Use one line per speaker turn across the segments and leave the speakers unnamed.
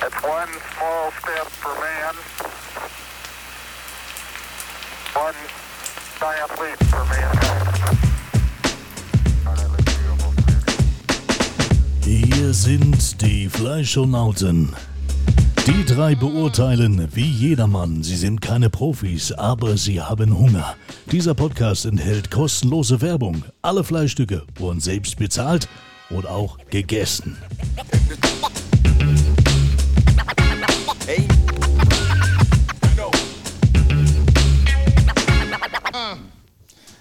That's one small step for man, one giant leap for mankind.
Hier sind die Fleischonauten. Die drei beurteilen wie jedermann. Sie sind keine Profis, aber sie haben Hunger. Dieser Podcast enthält kostenlose Werbung. Alle Fleischstücke wurden selbst bezahlt und auch gegessen.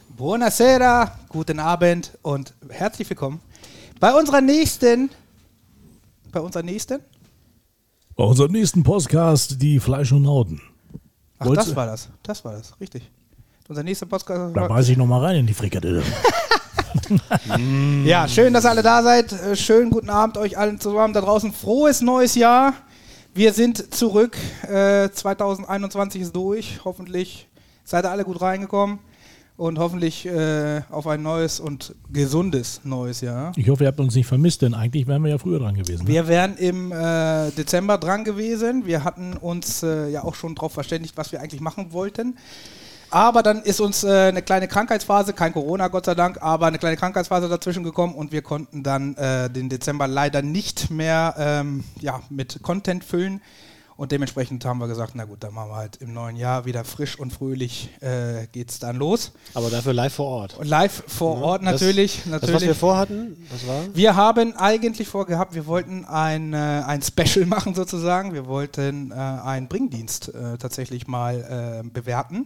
Buonasera, guten Abend und herzlich willkommen bei unserer nächsten, bei unserer nächsten,
Bei unserem Also nächsten Podcast, die Fleischonauten.
ach
Wollt's-
das war das, das war das, richtig. Unser nächster Podcast.
Da beiß ich nochmal rein in die Frikadelle.
Ja, schön, dass ihr alle da seid. Äh, Schönen guten Abend euch allen zusammen da draußen. Frohes neues Jahr. Wir sind zurück. Äh, 2021 ist durch. Hoffentlich seid ihr alle gut reingekommen und hoffentlich äh, auf ein neues und gesundes neues Jahr.
Ich hoffe, ihr habt uns nicht vermisst, denn eigentlich wären wir ja früher dran gewesen. ne?
Wir wären im äh, Dezember dran gewesen. Wir hatten uns äh, ja auch schon darauf verständigt, was wir eigentlich machen wollten. Aber dann ist uns äh, eine kleine Krankheitsphase, kein Corona, Gott sei Dank, aber eine kleine Krankheitsphase dazwischen gekommen und wir konnten dann äh, den Dezember leider nicht mehr ähm, ja, mit Content füllen. Und dementsprechend haben wir gesagt, na gut, dann machen wir halt im neuen Jahr wieder frisch und fröhlich äh, geht's dann los.
Aber dafür live vor Ort.
Und live vor Ort
Das-
natürlich.
Das, was
natürlich.
wir vorhatten, das war.
Wir haben eigentlich vorgehabt, wir wollten ein, äh, ein Special machen sozusagen. Wir wollten äh, einen Bringdienst äh, tatsächlich mal äh, bewerten.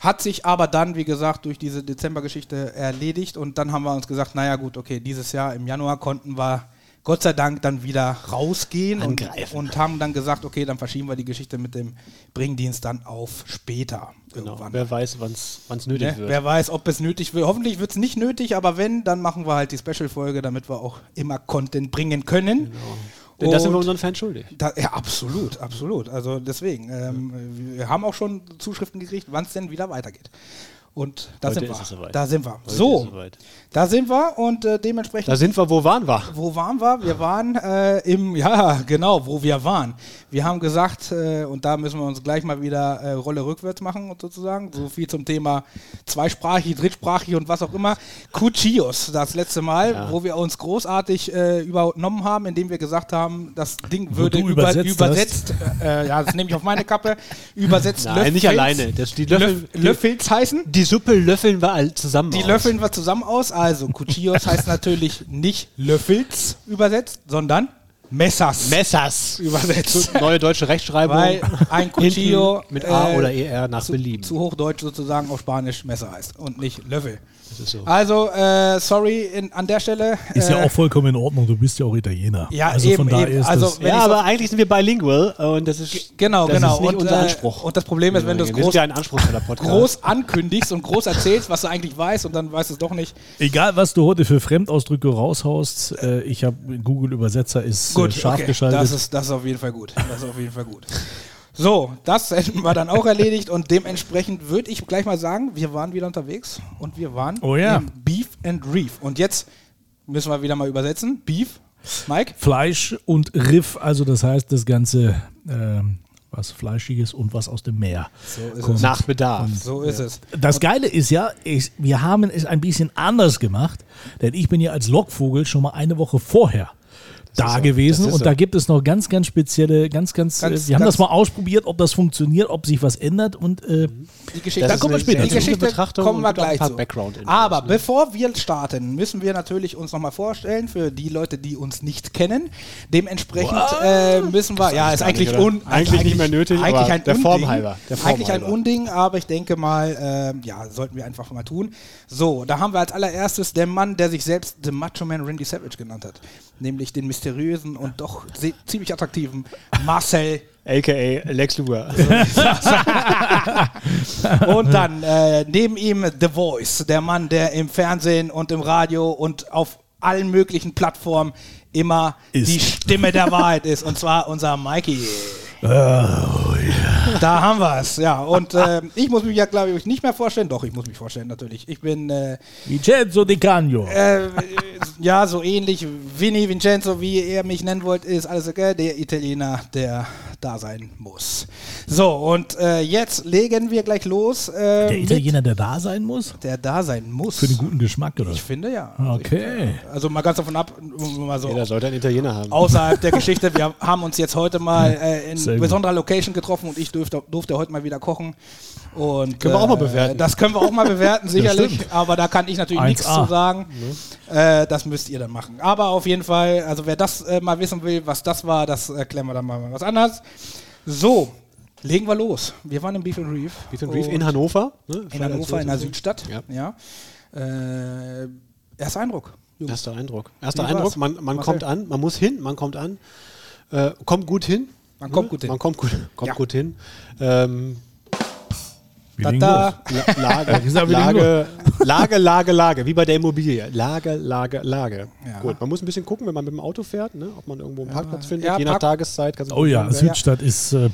Hat sich aber dann, wie gesagt, durch diese Dezembergeschichte erledigt und dann haben wir uns gesagt, naja gut, okay, dieses Jahr im Januar konnten wir Gott sei Dank dann wieder rausgehen und,
Angreifen.
und haben dann gesagt, okay, dann verschieben wir die Geschichte mit dem Bringdienst dann auf später.
Genau.
irgendwann.
Wer weiß, wann es nötig
Ne?
wird.
Wer weiß, ob es nötig wird. Hoffentlich wird es nicht nötig, aber wenn, dann machen wir halt die Special-Folge, damit wir auch immer Content bringen können.
Genau. Denn das sind wir
Und-
unseren Fans schuldig.
da, ja, absolut, absolut. Also deswegen, ähm, wir haben auch schon Zuschriften gekriegt, wann es denn wieder weitergeht. Und da
Heute
sind wir.
ist es soweit.
Da sind wir.
Heute ist es
so,
soweit.
da sind wir und äh, dementsprechend
Da sind wir, wo waren wir?
wo waren wir? Wir waren äh, im, ja, genau, wo wir waren. Wir haben gesagt, äh, und da müssen wir uns gleich mal wieder äh, Rolle rückwärts machen, und sozusagen. So viel zum Thema zweisprachig, drittsprachig und was auch immer. Cuchillos, das letzte Mal,
Ja.
wo wir uns großartig äh, übernommen haben, indem wir gesagt haben, das Ding
Wo
würde
du
über,
übersetzt
übersetzt äh, ja, das nehme ich auf meine Kappe, übersetzt
Nein, nicht
Löffels-
alleine. Das, die, Löffel,
Löff, Löffels heißen.
die Suppe löffeln wir all zusammen.
Die
aus.
löffeln wir zusammen aus. Also, Cuchillos heißt natürlich nicht Löffels übersetzt, sondern Messers.
Messers.
Übersetzt.
Neue deutsche Rechtschreibung.
Weil ein Cuchillo
Hinten mit A
äh,
oder ER nach Belieben.
zu Hochdeutsch sozusagen auf Spanisch Messer heißt und nicht Löffel.
Das ist so.
Also, äh, sorry in, an der Stelle.
Ist
äh,
ja auch vollkommen in Ordnung, du bist ja auch Italiener.
Ja,
also von
eben,
daher
eben.
ist
Also,
das
wenn
ja,
ich's
aber eigentlich sind wir bilingual äh, und das ist,
Genau,
das
genau.
ist nicht
Und,
unser
äh,
Anspruch.
und das Problem ist, wenn du es
Wir
groß-
sind ja ein anspruchsvoller Podcast.
groß ankündigst und groß erzählst, was du eigentlich weißt und dann weißt du es doch nicht.
Egal, was du heute für Fremdausdrücke raushaust, äh, ich habe Google Übersetzer ist äh, scharf
okay.
geschaltet.
Das ist, das ist auf jeden Fall gut. Das ist auf jeden Fall gut. So, das hätten wir dann auch erledigt und dementsprechend würde ich gleich mal sagen, wir waren wieder unterwegs und wir waren
Oh ja.
im Beef and Reef. Und jetzt müssen wir wieder mal übersetzen. Beef, Mike?
Fleisch und Riff, also das heißt das Ganze, ähm, was Fleischiges und was aus dem Meer.
ist
kommt.
Nach Bedarf.
So ist es.
Das Geile ist ja, ich, wir haben es ein bisschen anders gemacht, denn ich bin ja als Lockvogel schon mal eine Woche vorher da
so,
gewesen
das ist
und
so.
da gibt es noch ganz, ganz spezielle, ganz, ganz,
Ganz,
äh, wir haben
ganz-
das mal ausprobiert, ob das funktioniert, ob sich was ändert und äh,
Die Geschichte,
Das
da
ist
kommen wir
eine
später.
sehr
Die
gute
Geschichte
Betrachtung
kommen
und
wir
gibt auch ein
gleich
paar
zu.
Background-Infos,
Aber
ne?
bevor wir starten, müssen wir natürlich uns nochmal vorstellen für die Leute, die uns nicht kennen. Dementsprechend äh, müssen wir, ja, ist
gar nicht,
eigentlich
oder?
un,
Eigentlich nicht mehr nötig,
eigentlich
aber
ein
der Form
Unding.
halber, der Form
eigentlich ein
halber.
Unding, aber ich denke mal, äh, ja, sollten wir einfach mal tun. So, da haben wir als allererstes den Mann, der sich selbst The Macho Man Randy Savage genannt hat, nämlich den mysteriösen und doch se- ziemlich attraktiven Marcel
AKA Lex Luger.
Und dann äh, neben ihm The Voice, der Mann, der im Fernsehen und im Radio und auf allen möglichen Plattformen immer
Ist.
die Stimme der Wahrheit ist. Und zwar unser Mikey.
Mhm.
Oh
Da haben wir es, ja. Und äh, ich muss mich ja, glaube ich, nicht mehr vorstellen. Doch, ich muss mich vorstellen, natürlich. Ich bin, äh,
Vincenzo Di Cagno.
äh, ja, so ähnlich Vinny Vincenzo, wie ihr mich nennen wollt, ist alles okay. Der Italiener, der da sein muss. So, und äh, jetzt legen wir gleich los. Äh,
Der
mit-
Italiener, der da sein muss?
der da sein muss.
Für den guten Geschmack, oder?
ich finde ja.
Okay.
Also mal ganz davon ab, mal so
Jeder sollte einen Italiener haben.
außerhalb der Geschichte. Wir haben uns jetzt heute mal äh,
Sehr
in
gut.
besonderer Location getroffen und ich dürfte, durfte heute mal wieder kochen. Und, äh,
Können wir auch mal bewerten.
Das können wir auch mal bewerten, sicherlich. aber da kann ich natürlich nichts
1A.
zu sagen.
Ne?
Äh, das müsst ihr dann machen. Aber auf jeden Fall, also wer das äh, mal wissen will, was das war, das äh, klären wir dann mal was anderes. So, legen wir los. Wir waren im Beef and Reef.
Beef and Reef
Und-
in Hannover. Ne?
in Hannover, in der Südstadt.
Ja.
Ja. Äh, erster Eindruck. Jungs.
Erster Eindruck. Erster
Wie war's?
Eindruck, man, man
Marcel?
kommt an, man muss hin, man kommt an, äh, kommt gut hin. ne?
Man kommt gut hin.
Man kommt gut, kommt
Ja.
gut hin. Ähm,
Wir
Da,
legen los.
da.
La- Lage,
Äh, gesagt, wir legen
Lage, Lage, Lage, Lage, wie bei der Immobilie. Lage, Lage, Lage.
Ja.
Gut, man muss ein bisschen gucken, wenn man mit dem Auto fährt, ne, ob man irgendwo einen Parkplatz findet.
Ja,
Je nach
Park-
Tageszeit. kannst du
Oh ja,
gucken.
Südstadt ist. Äh,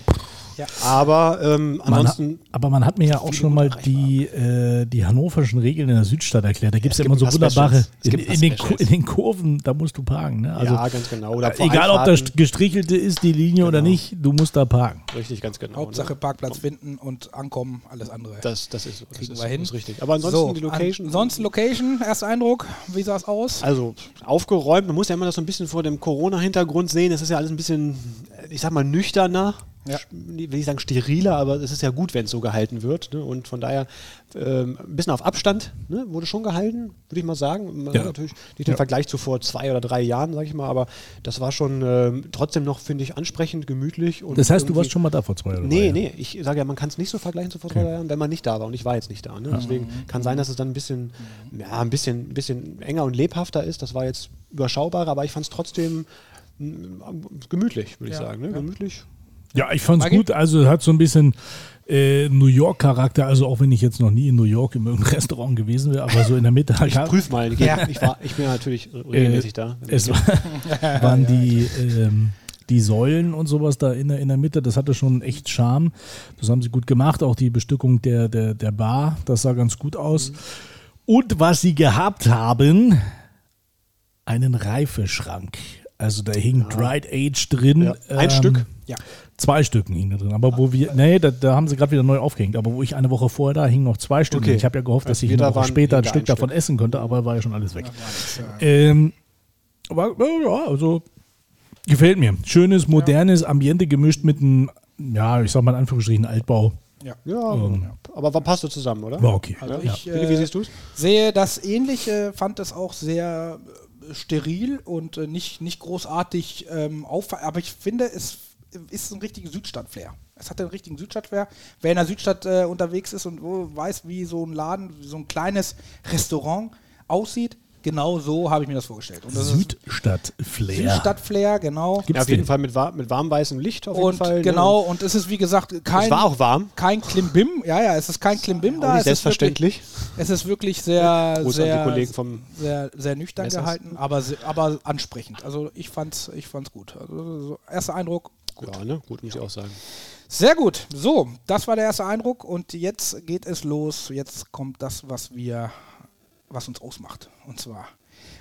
Aber ähm,
man,
ansonsten,
aber man hat mir ja auch schon mal die, äh, die hannoverschen Regeln in der Südstadt erklärt. Da gibt es ja,
es
immer
gibt
so
ein paar
wunderbare.
Specials. Es
In,
gibt ein paar
in, den, Ku-
Specials.
in den Kurven, da musst du parken. Ne? Also,
ja, ganz genau. Oder Genau. vor
egal, ob
Einfahrten.
das gestrichelte ist, die Linie oder nicht, du musst da parken.
Richtig, ganz genau.
Hauptsache
ne?
Parkplatz finden und ankommen, alles andere.
Das, das ist so. Das
kriegen
ist,
wir hin.
ist richtig. Aber ansonsten die Location.
Ansonsten Location, erster Eindruck, wie sah es aus?
Also aufgeräumt, man muss ja immer das so ein bisschen vor dem Corona-Hintergrund sehen. Es ist ja alles ein bisschen, ich sag mal, nüchterner.
Ja.
Sch- Will ich sagen, steriler, aber es ist ja gut, wenn es so gehalten wird. Ne? Und von daher ähm, ein bisschen auf Abstand ne? wurde schon gehalten, würde ich mal sagen. Man
Ja.
hat natürlich nicht den Vergleich zu vor zwei oder drei Jahren, sage ich mal, aber das war schon ähm, trotzdem noch, finde ich, ansprechend, gemütlich. Und
Das heißt, du
irgendwie-
warst schon mal da vor zwei oder drei
Nee,
Jahren.
nee, ich sage ja, man kann es nicht so vergleichen zu vor zwei Jahren, wenn man nicht da war. Und ich war jetzt nicht da. Ne? Deswegen kann sein, dass es dann ein bisschen, ja, ein bisschen, ein bisschen enger und lebhafter ist. Das war jetzt überschaubarer, aber ich fand es trotzdem mm, gemütlich, würde ich
Ja,
sagen. Ne? Gemütlich.
Ja, ich fand's
Maggi?
gut. Also hat so ein bisschen äh, New York-Charakter. Also auch wenn ich jetzt noch nie in New York in irgendeinem Restaurant gewesen wäre, aber so in der Mitte.
Ich prüf mal. Ich, ich, war, ich bin ja natürlich äh, regelmäßig da.
Es war, waren die, ähm, die Säulen und sowas da in der, in der Mitte, das hatte schon echt Charme. Das haben sie gut gemacht. Auch die Bestückung der, der, der Bar, das sah ganz gut aus. Und was sie gehabt haben, einen Reifeschrank. Also da hing Dried Age drin.
Ah.
ähm,
Ja. Ein Stück?
Ja.
Zwei Stücken hingen da drin. Aber wo wir, nee, da, da haben sie gerade wieder neu aufgehängt. Aber wo ich eine Woche vorher da hingen noch zwei Stück.
Okay.
Ich habe ja gehofft, dass
Also
ich
wir
eine
da
Woche
waren,
später ein
hing da
Stück
ein
davon essen konnte, aber war ja schon alles weg. Ähm, war, ja, also gefällt mir. Schönes, modernes Ambiente gemischt mit einem, ja, ich sag mal in Anführungsstrichen Altbau.
ja.
ja, aber ähm, war, passte zusammen, oder?
War okay.
Also
Ja.
ich
Willi, wie
äh,
siehst du es?
sehe das Ähnliche, fand es auch sehr äh, steril und äh, nicht, nicht großartig ähm, auffall. Aber ich finde, es ist ein richtiger Südstadt-Flair. Es hat einen richtigen Südstadt-Flair. Wer in der Südstadt äh, unterwegs ist und wo weiß, wie so ein Laden, so ein kleines Restaurant aussieht, genau so habe ich mir das vorgestellt. Und das ist
Südstadt-Flair.
Südstadt-Flair, genau.
Gibt's
Ja, auf jeden
den?
Fall mit, wa- mit warm weißem Licht. Auf
Und
jeden Fall, ne?
genau, und es ist wie gesagt kein,
Es war auch warm.
kein Klimbim. Ja, ja, es ist kein Klimbim da.
Auch nicht
es ist wirklich-
selbstverständlich.
Es ist wirklich sehr,
Gruß an die
sehr,
Kollegen vom
sehr, sehr nüchtern
Messers.
gehalten, aber, se- aber ansprechend. Also ich fand's, ich fand's gut. Also, so, erster Eindruck.
Gut. Ja, ne? Gut, muss ich auch sagen.
Sehr gut. So, das war der erste Eindruck und jetzt geht es los. Jetzt kommt das, was wir, was uns ausmacht. Und zwar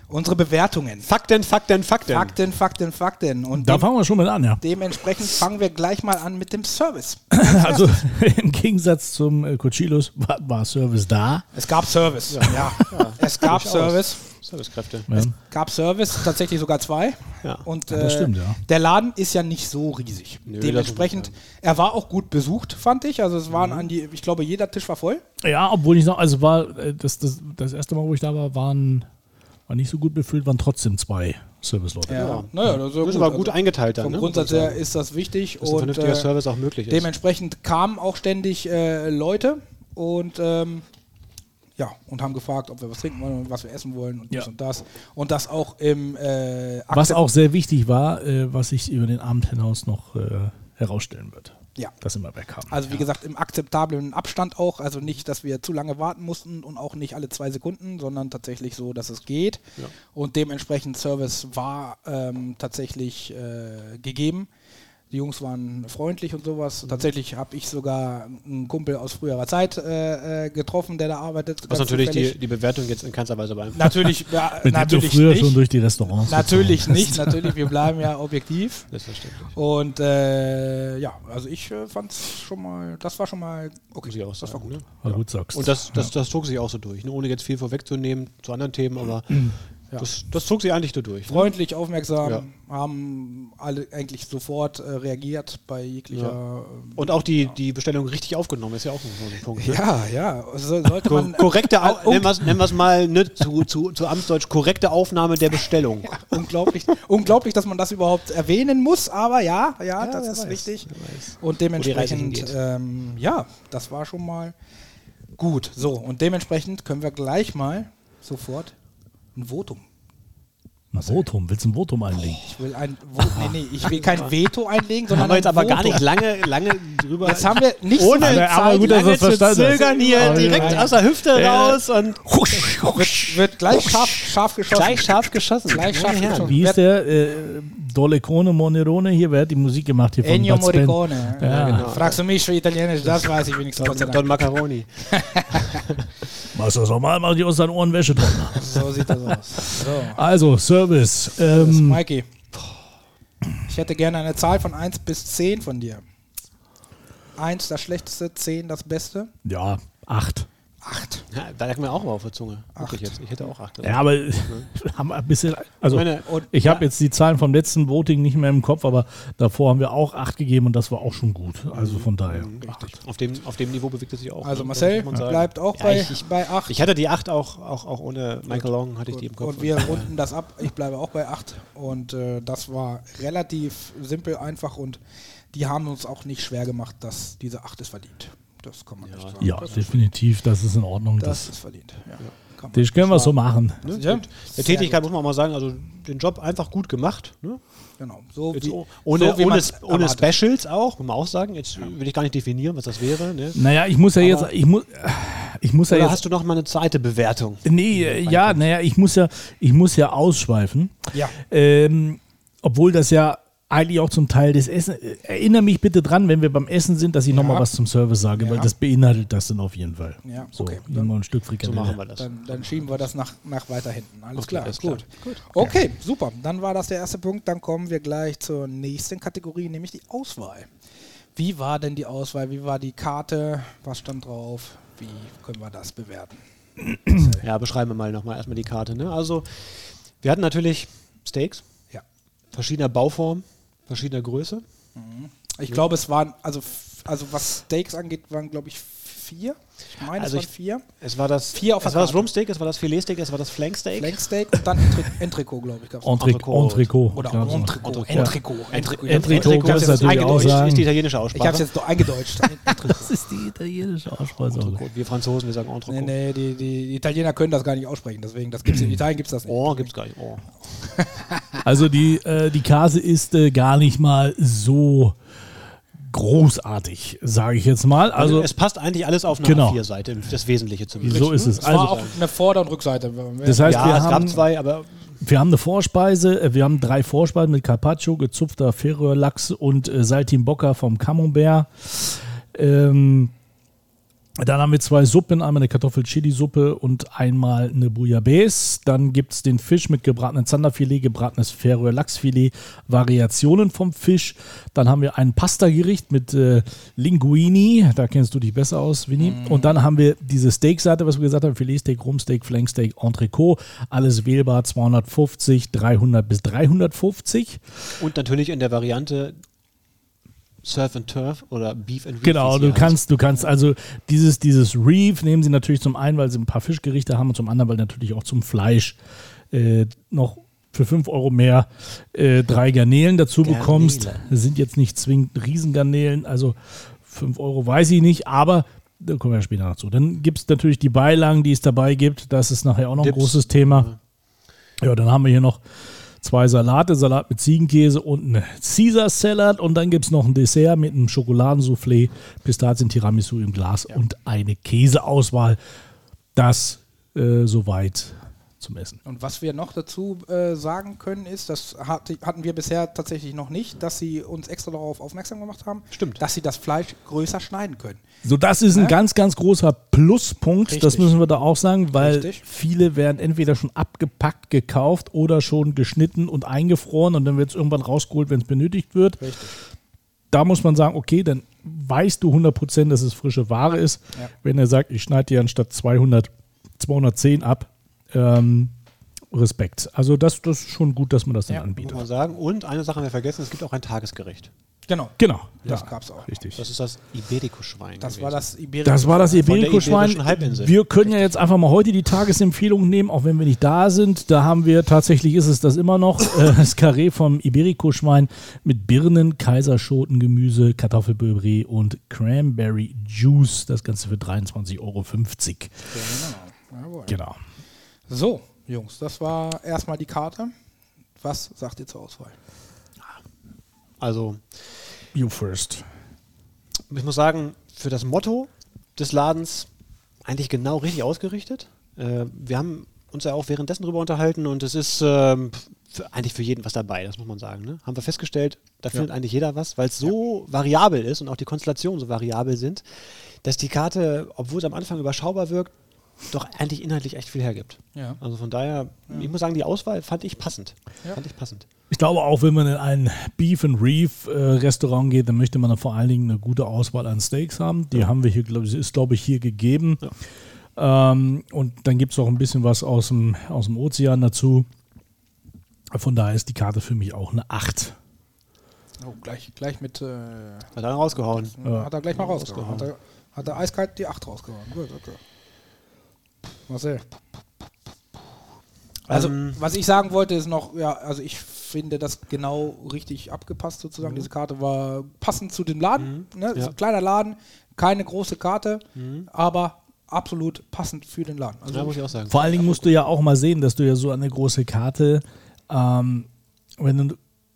unsere Bewertungen.
Fakten, Fakten, Fakten.
Fakten, Fakten, Fakten. Und
Da
dem,
fangen wir schon mal an, ja.
dementsprechend fangen wir gleich mal an mit dem Service.
Also im Gegensatz zum äh, Cochilos war, war Service da.
Es gab Service. Ja, es gab
Durchaus.
Service.
Servicekräfte.
Ja.
gab Service, tatsächlich sogar zwei.
Ja.
Und
Ja, das
äh,
stimmt, ja.
der Laden ist ja nicht so riesig.
Nö,
Dementsprechend,
das
er war auch gut besucht, fand ich. Also es waren
Mhm.
an die, ich glaube, jeder Tisch war voll.
Ja, obwohl ich sage, also war äh, das, das, das erste Mal, wo ich da war, waren war nicht so gut befüllt, waren trotzdem zwei Service-Leute.
Ja.
Naja, das ist ja
Das
gut.
ist aber gut
also,
eingeteilt dann.
vom
ne?
Grundsatz her ist das wichtig.
dass ein
und
vernünftiger
äh,
Service auch möglich ist.
dementsprechend kamen auch ständig äh, Leute und ähm, ja, und haben gefragt, ob wir was trinken wollen und was wir essen wollen und
Ja.
dies und das. Und das auch im äh,
Was
Akzept-
auch sehr wichtig war, äh, was sich über den Abend hinaus noch äh, herausstellen wird.
Ja.
Dass immer wegkam.
Also wie gesagt, im akzeptablen Abstand auch. Also nicht, dass wir zu lange warten mussten und auch nicht alle zwei Sekunden, sondern tatsächlich so, dass es geht. Und dementsprechend Service war ähm, tatsächlich äh, gegeben. Die Jungs waren freundlich und
Mhm.
sowas. Tatsächlich habe ich sogar einen Kumpel aus früherer Zeit äh, äh, getroffen, der da arbeitet.
Was
ganz
natürlich
zufällig.
die, die Bewertung jetzt in keinster Weise beeinflusst.
Natürlich, ja,
Mit dem du
natürlich
früher schon
nicht.
durch die Restaurants
Natürlich nicht, natürlich, wir bleiben ja objektiv.
Selbstverständlich.
Und äh, ja, also ich äh, fand's schon mal, das war schon mal okay.
Muss ich auch
das war
sagen.
gut.
Ne?
gefahren. Aber gut sagst.
Und das, das, das zog sich auch so durch, ne? ohne jetzt viel vorwegzunehmen zu anderen Themen, aber das, das zog sich eigentlich so durch. Ne?
Freundlich, aufmerksam,
Ja.
haben alle eigentlich sofort äh, reagiert bei jeglicher. ähm,
Und auch die, die Bestellung richtig aufgenommen, ist ja auch so ein Punkt. Ne?
Ja, ja, so, sollte
Ko
man.
korrekte, Au-
Un-
nennen wir's- nennen wir es mal ne, zu, zu, zu Amtsdeutsch, korrekte Aufnahme der Bestellung.
unglaublich, unglaublich, dass man das überhaupt erwähnen muss, aber ja, ja, das
wer
ist
weiß,
wichtig.
wer weiß.
Und
Reise
dementsprechend,
hingeht.
ähm, ja, das war schon mal gut. So, und dementsprechend können wir gleich mal sofort ein Votum.
Ein Votum, willst du ein Votum einlegen?
Ich will ein Vo nee, nee, ich will kein Veto einlegen, sondern
Haben wir jetzt
ein
aber gar
Votum.
nicht lange, lange drüber.
Jetzt haben wir nicht
ohne
Aber-
Zeit,
aber gut, dass
lange
du es
zu
verstanden hast.
zögern hier
Aber-
direkt aus der Hüfte raus und
wird, wird gleich scharf, scharf geschossen.
Oh, gleich scharf geschossen.
Gleich scharf
Meine Herren.
geschossen.
Wie hieß der? Äh, Dolecone Monerone hier, wer hat die Musik gemacht hier von
Ennio
Bud Spen-
Morricone.
Ja, genau.
Fragst du mich für Italienisch, das weiß ich wenigstens. Gott sei
Don,
Dank.
Don Macaroni.
Machst du das normal, Also, mach die aus deinen Ohren Wäsche drunter.
So sieht das aus. So.
Also, Service.
Das ist
Ähm,
Mikey. Ich hätte gerne eine Zahl von 1 bis 10 von dir. 1 das schlechteste, 10 das beste.
ja, acht.
8.
Ja, da lag mir auch mal auf der Zunge. Wirklich
Acht.
jetzt. Ich hätte auch acht.
Ja, aber wir haben ein bisschen. Also,
Ich meine, und-
ich habe jetzt die Zahlen vom letzten Voting nicht mehr im Kopf, aber davor haben wir auch acht gegeben und das war auch schon gut. Also von daher. acht.
Auf dem, auf dem Niveau bewegt es sich auch.
Also
ne?
Marcel
Das muss man sagen.
bleibt auch
Ja,
bei,
ich- ich-
bei 8.
Ich hatte die 8 auch, auch, auch ohne Michael Long, hatte ich die im Kopf.
und wir runden das ab. Ich bleibe auch bei 8. Und äh, das war relativ simpel, einfach und die haben uns auch nicht schwer gemacht, dass diese 8 ist verdient. Das kann man nicht sagen.
Ja, definitiv, das ist in Ordnung.
Das
Das,
ist verdient. Ja. Kann man-
das können wir so machen.
ne?
Ja.
Mit
Sehr
Der Tätigkeit muss man auch mal sagen, also den Job einfach gut gemacht. Ne?
Genau. So
Jetzt
wie,
oh- ohne
so wie
ohne,
man's
ohne
erwartet.
Specials auch, muss man auch sagen. Jetzt äh, will ich gar nicht definieren, was das wäre. Ne?
Naja, ich muss ja jetzt. Ich muss, ich muss ja
Oder
jetzt.
hast du noch mal eine zweite Bewertung?
Nee, äh, ja, naja, ich muss ja, ich muss ja ausschweifen.
Ja.
Ähm, obwohl das ja eigentlich auch zum Teil des Essen. äh, Erinnere mich bitte dran, wenn wir beim Essen sind, dass ich noch
Ja.
nochmal was zum Service sage, weil
Ja.
das beinhaltet das dann auf jeden Fall.
Ja,
so,
okay.
Immer ein Stück Frikadelle.
So machen wir das.
Dann, dann schieben wir das nach, nach weiter hinten. Alles
Okay,
klar,
alles
ist
klar.
gut. Okay, super. Dann war das der erste Punkt. Dann kommen wir gleich zur nächsten Kategorie, nämlich die Auswahl. Wie war denn die Auswahl? Wie war die Karte? Was stand drauf? Wie können wir das bewerten?
Ja, beschreiben wir mal nochmal erstmal die Karte. Ne? Also, wir hatten natürlich Steaks,
Ja.
verschiedener Bauform, verschiedener Größe.
Ich glaube, es waren, also, f- also was Steaks angeht, waren, glaube ich, vier. Ich meine,
Also
es
ich-
waren vier.
Es war das,
Vier auf
es
der
war das
Karte.
Rumpsteak, es war das Filetsteak, es war das Flanksteak.
Flanksteak und dann Entri- Entricot, glaube ich, gab es.
Entric-
Entrecôte.
Entricot.
Oder
Ja, Genau, so.
Entricot.
Ja.
Entricot. Entricot.
Entricot
Ich hab's
kannst
jetzt-
du natürlich auch
Eingedeutscht
sagen.
ist die italienische
Ich habe es
Aussprache.
jetzt nur eingedeutscht. Entricot.
Das ist die italienische Aussprache.
Entrecôte. Wir Franzosen, wir sagen Entrecôte.
Nee, nee, die, die Italiener können das gar nicht aussprechen, deswegen, das gibt's in Italien gibt's das nicht.
Oh, gibt's gar nicht. Oh.
Also die, äh, die Kase ist äh, gar nicht mal so großartig, sage ich jetzt mal.
Also
Also
es passt eigentlich alles auf eine
Genau.
A4-Seite, das Wesentliche zumindest.
so ist es.
ne? Es war
Also,
auch eine Vorder- und Rückseite.
das heißt,
ja,
wir
es
haben
gab zwei, aber
Wir haben eine Vorspeise, äh, wir haben drei Vorspeisen mit Carpaccio, gezupfter Färöerlachs und äh, Saltimbocca vom Camembert. Ähm, dann haben wir zwei Suppen, einmal eine Kartoffel-Chili-Suppe und einmal eine Bouillabaisse. Dann gibt es den Fisch mit gebratenem Zanderfilet, gebratenes Färöer-Lachsfilet, Variationen vom Fisch. Dann haben wir ein Pasta-Gericht mit äh, Linguini, da kennst du dich besser aus, Winnie. Und dann haben wir diese Steakseite, was wir gesagt haben, Filetsteak, Rumsteak, Flanksteak, Entrecot. Alles wählbar, 250, 300 bis 350.
und natürlich in der Variante Surf and Turf oder Beef and Reef.
Genau,
wie's
du
hier
kannst, du kannst also dieses, dieses Reef nehmen sie natürlich zum einen, weil sie ein paar Fischgerichte haben und zum anderen, weil natürlich auch zum Fleisch äh, noch für 5 Euro mehr äh, drei Garnelen dazu
Garnelen.
bekommst. Das sind jetzt nicht zwingend Riesengarnelen, also 5 Euro weiß ich nicht, aber da kommen wir ja später noch zu. Dann gibt es natürlich die Beilagen, die es dabei gibt. Das ist nachher auch noch ein
Dips.
großes Thema. Ja, dann haben wir hier noch zwei Salate, Salat mit Ziegenkäse und einen Caesar Salad und dann gibt es noch ein Dessert mit einem Schokoladensoufflé, Pistazien-Tiramisu im Glas und eine Käseauswahl. Das äh, soweit zum Essen.
Und was wir noch dazu äh, sagen können, ist, das hatte, hatten wir bisher tatsächlich noch nicht, dass sie uns extra darauf aufmerksam gemacht haben,
Stimmt.
dass sie das Fleisch größer schneiden können.
So, das ist ein
Ne?
ganz, ganz großer Pluspunkt. Das
Richtig.
müssen wir da auch sagen, weil
Richtig.
viele werden entweder schon abgepackt gekauft oder schon geschnitten und eingefroren und dann wird es irgendwann rausgeholt, wenn es benötigt wird. Da muss man sagen, okay, dann weißt du 100%, dass es frische Ware ist.
Ja.
Wenn er sagt, ich schneide dir anstatt 200, 210 ab. Ähm, Respekt. Also das, das ist schon gut, dass man das dann
Ja,
anbietet.
Muss man sagen. Und eine Sache haben wir vergessen, es gibt auch ein Tagesgericht.
Genau.
Genau.
Das gab's auch.
Richtig.
Das ist das Iberico-Schwein.
Das
gewesen.
war das Iberische.
Das war das
der
Iberico-Schwein.
Iberischen Halbinsel.
Wir können ja jetzt einfach mal heute die Tagesempfehlung nehmen, auch wenn wir nicht da sind. Da haben wir tatsächlich, ist es das immer noch, äh, das Karree vom Iberico-Schwein mit Birnen, Kaiserschoten, Gemüse, Kartoffelpüree und Cranberry Juice. Das Ganze für 23,50 Euro.
Genau. Jawohl.
Genau.
So, Jungs, das war erstmal die Karte. Was sagt ihr zur Auswahl?
Also,
You first.
ich muss sagen, für das Motto des Ladens eigentlich genau richtig ausgerichtet. Äh, wir haben uns ja auch währenddessen drüber unterhalten und es ist ähm, für, eigentlich für jeden was dabei, das muss man sagen. Ne? Haben wir festgestellt, da findet eigentlich jeder was, weil es so variabel ist und auch die Konstellationen so variabel sind, dass die Karte, obwohl es am Anfang überschaubar wirkt, doch eigentlich inhaltlich echt viel hergibt.
Ja.
Also von daher, ich muss sagen, die Auswahl fand ich passend. Fand ich passend.
Ich glaube auch, wenn man in ein Beef and Reef äh, Restaurant geht, dann möchte man dann vor allen Dingen eine gute Auswahl an Steaks haben. Die haben wir hier, glaube ich, ist glaube ich hier gegeben. Ähm, und dann gibt es auch ein bisschen was aus dem, aus dem Ozean dazu. Von daher ist die Karte für mich auch eine 8.
Oh, gleich, gleich mit. Äh,
Hat er rausgehauen.
Hat er gleich mal rausgehauen. Hat er, hat er eiskalt die 8 rausgehauen. Gut, okay. Marcel. Also,
Ähm.
was ich sagen wollte, ist noch, ja, also ich finde das genau richtig abgepasst sozusagen. Diese Karte war passend zu dem Laden. Ne? Ist
Mhm. Ja. Mhm.
ein kleiner Laden, keine große Karte, aber absolut passend für den Laden. Also,
Ja, muss ich auch sagen.
Vor allen Dingen musst du ja auch mal sehen, dass du ja so eine große Karte, ähm, wenn du eine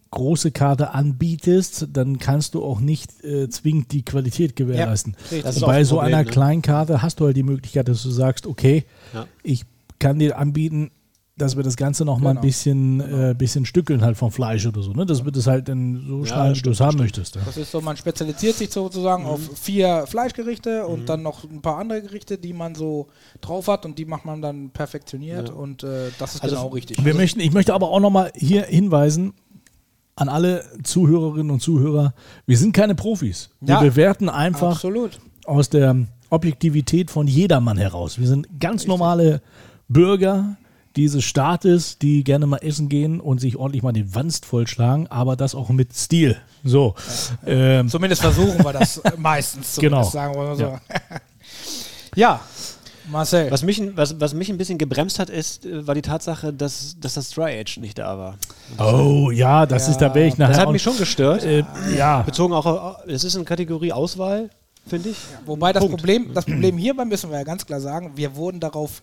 große Karte anbietest, dann kannst du auch nicht äh, zwingend die Qualität gewährleisten.
richtig.
Das ist auch
Bei
ein
so
Problem,
einer
ne?
kleinen Karte hast du halt die Möglichkeit, dass du sagst, okay,
Ja.
ich kann dir anbieten, dass wir das Ganze noch mal ein
Genau.
bisschen, äh, bisschen stückeln halt vom Fleisch oder so. Ne? Das wird es halt dann so schneiden, wie du es haben möchtest. Ja.
Das ist so, man spezialisiert sich sozusagen
Mhm.
auf vier Fleischgerichte und dann noch ein paar andere Gerichte, die man so drauf hat und die macht man dann perfektioniert und äh, das ist
Also
genau richtig.
Wir möchten, ich möchte aber auch nochmal hier hinweisen an alle Zuhörerinnen und Zuhörer, wir sind keine Profis. Wir
Ja.
bewerten einfach
Absolut.
aus der Objektivität von jedermann heraus. Wir sind ganz normale Bürger dieses Staates, die gerne mal essen gehen und sich ordentlich mal den Wanst vollschlagen, aber das auch mit Stil. So. Ähm,
Zumindest versuchen wir das meistens.
Genau.
zumindest, Sagen wir mal so.
Ja.
Ja, Marcel.
Was mich, ein- was, was mich ein bisschen gebremst hat, ist, äh, war die Tatsache, dass, dass das Dry Edge nicht da war.
oh ja, das ist, da wäre ich nachher.
Das hat
auch-
mich schon gestört.
Äh, ja,
Bezogen auch, auf- es ist eine Kategorie Auswahl, finde ich.
Wobei das
Punkt.
Problem, das Problem hierbei müssen wir ja ganz klar sagen, wir wurden darauf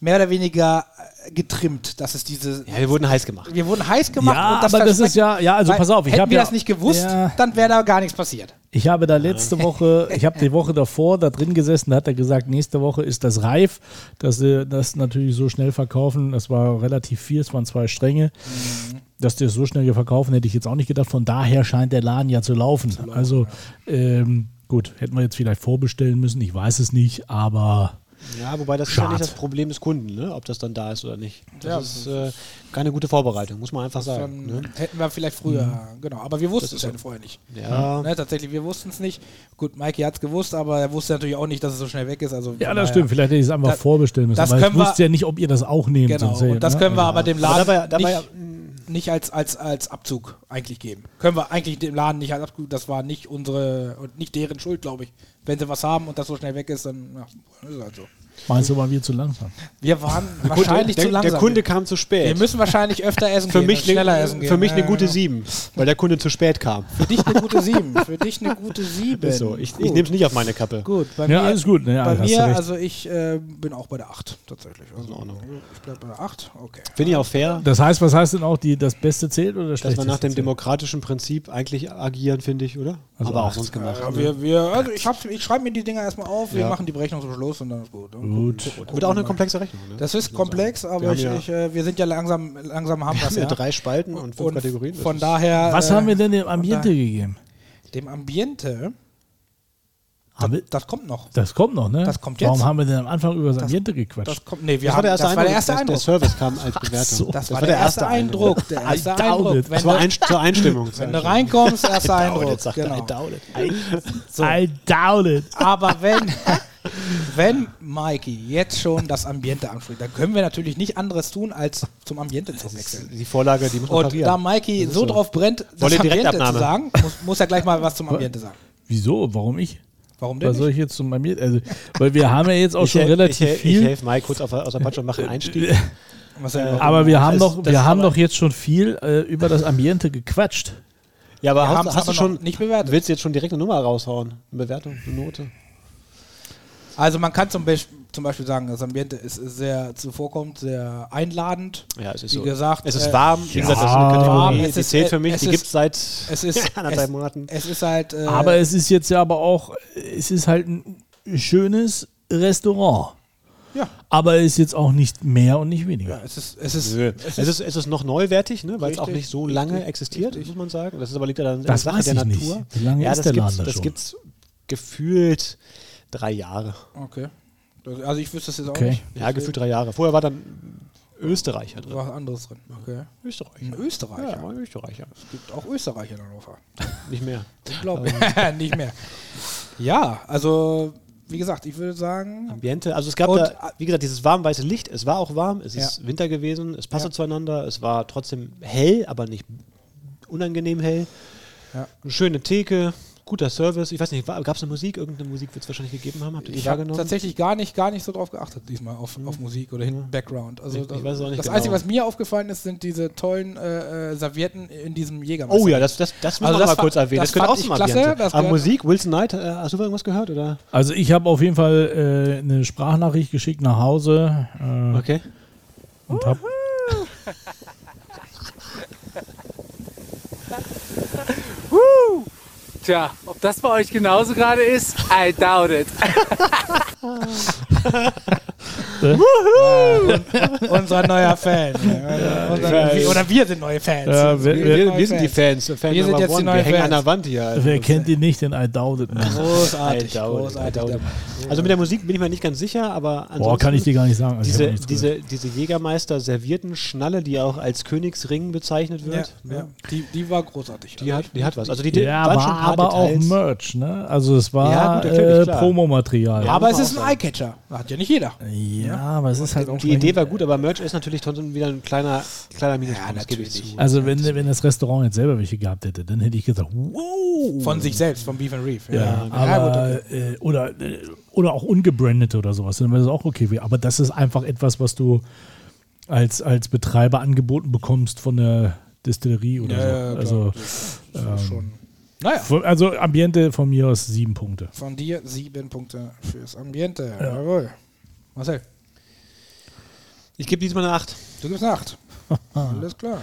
mehr oder weniger äh, getrimmt, dass es diese.
Ja, wir wurden heiß gemacht.
Wir wurden heiß gemacht.
ja
und
aber das
Versprechen-
ist ja, ja, also
weil
pass auf, ich
hätten
habe
wir
ja,
das nicht gewusst,
Ja,
dann wäre da gar nichts passiert.
Ich habe da letzte Woche, ich habe die Woche davor da drin gesessen, da hat er gesagt, nächste Woche ist das reif, dass sie das natürlich so schnell verkaufen. Das war relativ viel, es waren zwei Stränge. Dass die es so schnell verkaufen, hätte ich jetzt auch nicht gedacht. Von daher scheint der Laden ja zu laufen. also ähm, gut, hätten wir jetzt vielleicht vorbestellen müssen, ich weiß es nicht, aber
Ja, wobei das
Schad.
ist ja nicht das Problem des Kunden, ne? ob das dann da ist oder nicht. Das
Ja,
ist äh, keine gute Vorbereitung, muss man einfach sagen.
Dann
Ne? Mhm.
hätten wir vielleicht früher, genau. Aber wir wussten es ja vorher nicht.
Ja,
Ne, tatsächlich, wir wussten es nicht. Gut, Mikey hat es gewusst, aber er wusste natürlich auch nicht, dass es so schnell weg ist. Also
ja, das
von daher-
stimmt. Vielleicht hätte ich es einfach
Das-
vorbestellen müssen.
das
weil ich
können wir-
wusste ja nicht, ob ihr das auch nehmt.
Genau.
sonst hätte-
Und das
ne?
können wir aber dem
Aber
Laden
dabei- dabei- mm.
nicht, nicht als, als, als Abzug eigentlich geben. Können wir eigentlich dem Laden nicht als Abzug, das war nicht unsere und nicht deren Schuld, glaube ich. Wenn sie was haben und das so schnell weg ist, dann ja, ist halt so.
Meinst du, waren wir zu langsam?
Wir waren wahrscheinlich
der,
zu langsam.
der Kunde kam zu spät.
wir müssen wahrscheinlich öfter essen
für
gehen,
mich,
und schneller
ne,
essen gehen.
für mich eine
Ja,
gute
genau.
7, weil der Kunde zu spät kam.
Für dich eine gute 7. Für dich eine gute 7.
Ist so. Ich, ich nehme es nicht auf meine Kappe.
Gut, bei
Ja,
mir,
alles gut, ne, ja,
bei
hast du
mir
recht.
also ich äh, bin auch bei der 8 tatsächlich. Also, ich bleibe bei der 8, okay.
Finde ich auch fair,
Das heißt, was heißt denn auch, die, das Beste zählt oder das
dass wir
Schlechteste
nach dem
zählt?
demokratischen Prinzip eigentlich agieren, finde ich, oder?
Also
Aber auch
acht.
sonst gemacht.
Ja, wir, wir, also ich, hab's- ich schreibe mir die Dinger erstmal auf, wir
Ja.
machen die Berechnung zum Schluss und dann ist gut. ne?
Gut.
Wird auch eine komplexe Rechnung. Ne?
Das ist komplex, aber
Wir
ich,
haben ja-
ich, äh, wir sind ja langsam, langsam haben wir es.
sind ja
Ja.
drei Spalten und fünf
Und
Kategorien. Das
von
ist-
daher.
Was
äh,
haben wir denn dem Ambiente gegeben?
Dem Ambiente. Das,
Haben wir-
das kommt noch.
Das kommt noch, ne?
Das kommt
Warum
jetzt.
haben wir denn am Anfang über das,
Das-
Ambiente gequatscht?
Das kommt. Nee, wir haben,
Das war der erste
das
Eindruck.
war der erste
dass
Eindruck.
Der Service kam als Bewertung.
so.
Das war der erste Eindruck. Der erste
I doubt
Eindruck.
it.
Wenn
Das war
du-
ein, zur Einstimmung.
Wenn du reinkommst, erster Eindruck. Genau.
I doubt it.
Aber wenn, wenn Mikey jetzt schon das Ambiente anspricht, dann können wir natürlich nicht anderes tun, als zum Ambiente zu wechseln.
Die Vorlage, die muss man
Und da
parieren.
Mikey so
so.
drauf brennt, das
Volle
Ambiente zu
Direktabnahme.
sagen, muss, muss er gleich mal was zum Ambiente sagen.
Wieso? Warum ich?
Warum denn
Was soll
nicht?
ich jetzt zum Ambiente? Also, weil wir haben ja jetzt auch schon
hel-
relativ
ich, hel-
viel.
Ich helfe Mike kurz auf, aus der Patsche und mache einen Einstieg.
Was denn überhaupt?
Äh, aber wir haben
Das-
doch,
das
wir
ist
haben
aber-
doch jetzt schon viel äh, über das Ambiente gequatscht.
Ja, aber
haben's
hast, hast du
aber noch
schon.
nicht bewertet.
Willst du jetzt schon direkt eine Nummer raushauen? Eine Bewertung, eine Note?
Also man kann zum, Be zum Beispiel sagen, das Ambiente ist sehr zuvorkommend, sehr einladend.
Ja, es ist
Wie
so.
gesagt,
es ist
äh,
warm. Wie gesagt, das ist eine
ja.
Warm,
Kategorie,
es
die
ist,
zählt
äh,
für mich.
es
Die
ist-
gibt es seit
Es ist
anderthalb
es,
Monaten.
Es ist halt. Äh,
Aber es ist jetzt ja aber auch, es ist halt ein schönes Restaurant.
ja,
Aber es ist jetzt auch nicht mehr und nicht weniger.
es ist es ist
Nö. Es ist, es ist noch neuwertig, ne, weil es auch
Richtig,
nicht so lange existiert, muss man sagen. Das ist aber liegt ja dann in
Das
der Sache
weiß
der
ich nicht.
Natur.
Wie lange
ja,
ist
das
der
gibt's,
Laden da
Das
schon?
gibt's gefühlt drei Jahre.
okay. Das- Also ich wüsste es jetzt auch
Okay.
nicht.
Ja, gefühlt drei Jahre. Vorher war dann Österreicher
Da
drin.
war was anderes drin. Okay.
Österreicher.
Ein Österreicher.
Ja, war ein Österreicher.
Es gibt auch Österreicher in Hannover.
Nicht mehr.
Unglaublich.
Also-
Nicht mehr. Ja, also wie gesagt, ich würde sagen,
Ambiente. Also es gab
Und-
da, wie gesagt, dieses warm-weiße Licht. Es war auch warm. Es
Ja.
ist Winter gewesen. Es passte zueinander. Es war trotzdem hell, aber nicht unangenehm hell.
Ja.
Eine schöne Theke. Guter Service. Ich weiß nicht, gab es eine Musik? Irgendeine Musik wird es wahrscheinlich gegeben haben. Habt ihr die
ich habe
wahrgenommen?
tatsächlich gar nicht, gar nicht so drauf geachtet diesmal auf, auf Musik oder hin Background. Also
Mhm. Ich- ich
das,
weiß auch nicht
das
genau.
Einzige, was mir aufgefallen ist, sind diese tollen äh, äh, Servietten in diesem Jägermeister.
Oh ja, das, das, das müssen
Also
wir
das
mal
fa-
kurz erwähnen.
das
Das, könnte
fand
auch
ich
mal
klasse,
werden.
das
Aber
gehört-
Musik, Wilson Knight, äh, hast du irgendwas gehört? Oder?
Also ich habe auf jeden Fall äh, eine Sprachnachricht geschickt nach Hause äh,
Okay.
und habe
Tja, ob das bei euch genauso gerade ist, I doubt it.
Unser neuer Fan. Ja, unser,
Ja.
oder wir sind neue Fans.
Ja, wir-
Wir,
wir-
wir, sind die Fans. Fan
Wir sind
Number
jetzt die
one.
neuen
Wir hängen an
Fans.
der Wand hier. Also.
Wer kennt ihn nicht, den I doubt it. ne? Man.
großartig,
I doubt it,
großartig.
I doubt it. Also mit der Musik bin ich mir nicht ganz sicher, aber ansonsten
Boah, kann ich dir gar nicht sagen. Also ich hab
diese,
noch nichts
diese, diese Jägermeister servierten Schnalle, die auch als Königsring bezeichnet
Ja,
wird, ne?
ja. Die, die war großartig.
Die, hat, die hat was. Also die, die
Ja,
waren
war
schon ein paar
aber auch
Details.
Merch, ne? Also es war
Ja, gut, natürlich,
äh,
klar.
Promomaterial.
Ja.
aber es
muss man
ist ein
auch
Eyecatcher. Hat ja nicht jeder.
Ja, aber es ist halt auch
Die Idee war gut, aber Merch ist natürlich trotzdem wieder ein kleiner, kleiner Minuspunkt. das gebe ich
natürlich.
zu.
Also wenn, wenn das Restaurant jetzt selber welche gehabt hätte, dann hätte ich gesagt, wow.
Von sich selbst, von Beef and Reef.
ja, aber,
okay.
äh, oder, äh, oder auch ungebrandete oder sowas, dann wäre das auch okay. Aber das ist einfach etwas, was du als, als Betreiber angeboten bekommst von der Distillerie oder
Ja, ja,
so.
klar. Das
ähm,
ist schon. Naja,
Also, also Ambiente von mir aus sieben Punkte.
von dir sieben Punkte fürs Ambiente. Jawohl. Marcel,
Ich gebe diesmal eine 8.
du gibst eine 8. Alles klar.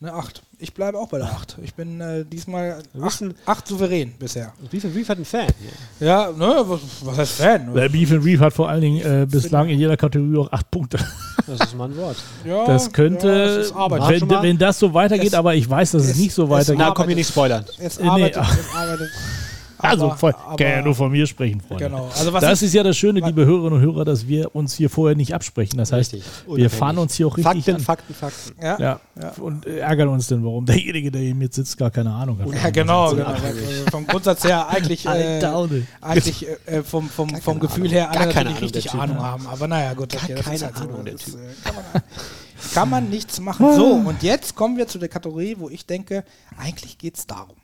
Eine 8. Ich bleibe auch bei der 8. Ich bin äh, diesmal
Wir
8,
müssen-
souverän bisher.
Wie viel, wie viel hat ein Fan? hier?
Ja, ne, was, was heißt Fan?
Der Beef and Reef hat vor allen Dingen äh, bislang in jeder Kategorie auch acht Punkte.
Das ist mal ein Wort.
Oh, ja,
Das könnte,
Ja, das ist Arbeit.
wenn, wenn das so weitergeht,
Es-
aber ich weiß, dass es,
es-
nicht so
es
weitergeht.
Na, komm hier nicht spoilern.
es
Äh, nee.
arbeitet, es arbeitet.
Also
Aber-
voll,
aber-
kann ja nur von mir sprechen, Freunde.
Genau. Also was
Oh, das
ich-
ist ja das Schöne, liebe Hörerinnen und Hörer, dass wir uns hier vorher nicht absprechen. Das heißt,
Richtig.
wir
Unabhängig.
fahren uns hier auch richtig
Fakten,
an.
Fakten, Fakten.
Ja, ja.
Ja. Und äh, ärgern uns denn, warum derjenige, der eben jetzt sitzt, gar keine Ahnung hat.
genau, genau. Also vom Grundsatz her eigentlich,
I
äh,
doubt it.
eigentlich äh, vom, vom, vom Gefühl her alle
Gar
natürlich
keine Ahnung, der
richtig
Typ. ne?
Ahnung haben. Aber naja, gut. okay, das
keine
ist so.
Ahnung, der
Das,
Typ. Ah.
äh, Kann man, kann man nichts machen. So, und jetzt kommen wir zu der Kategorie, wo ich denke, eigentlich geht es darum.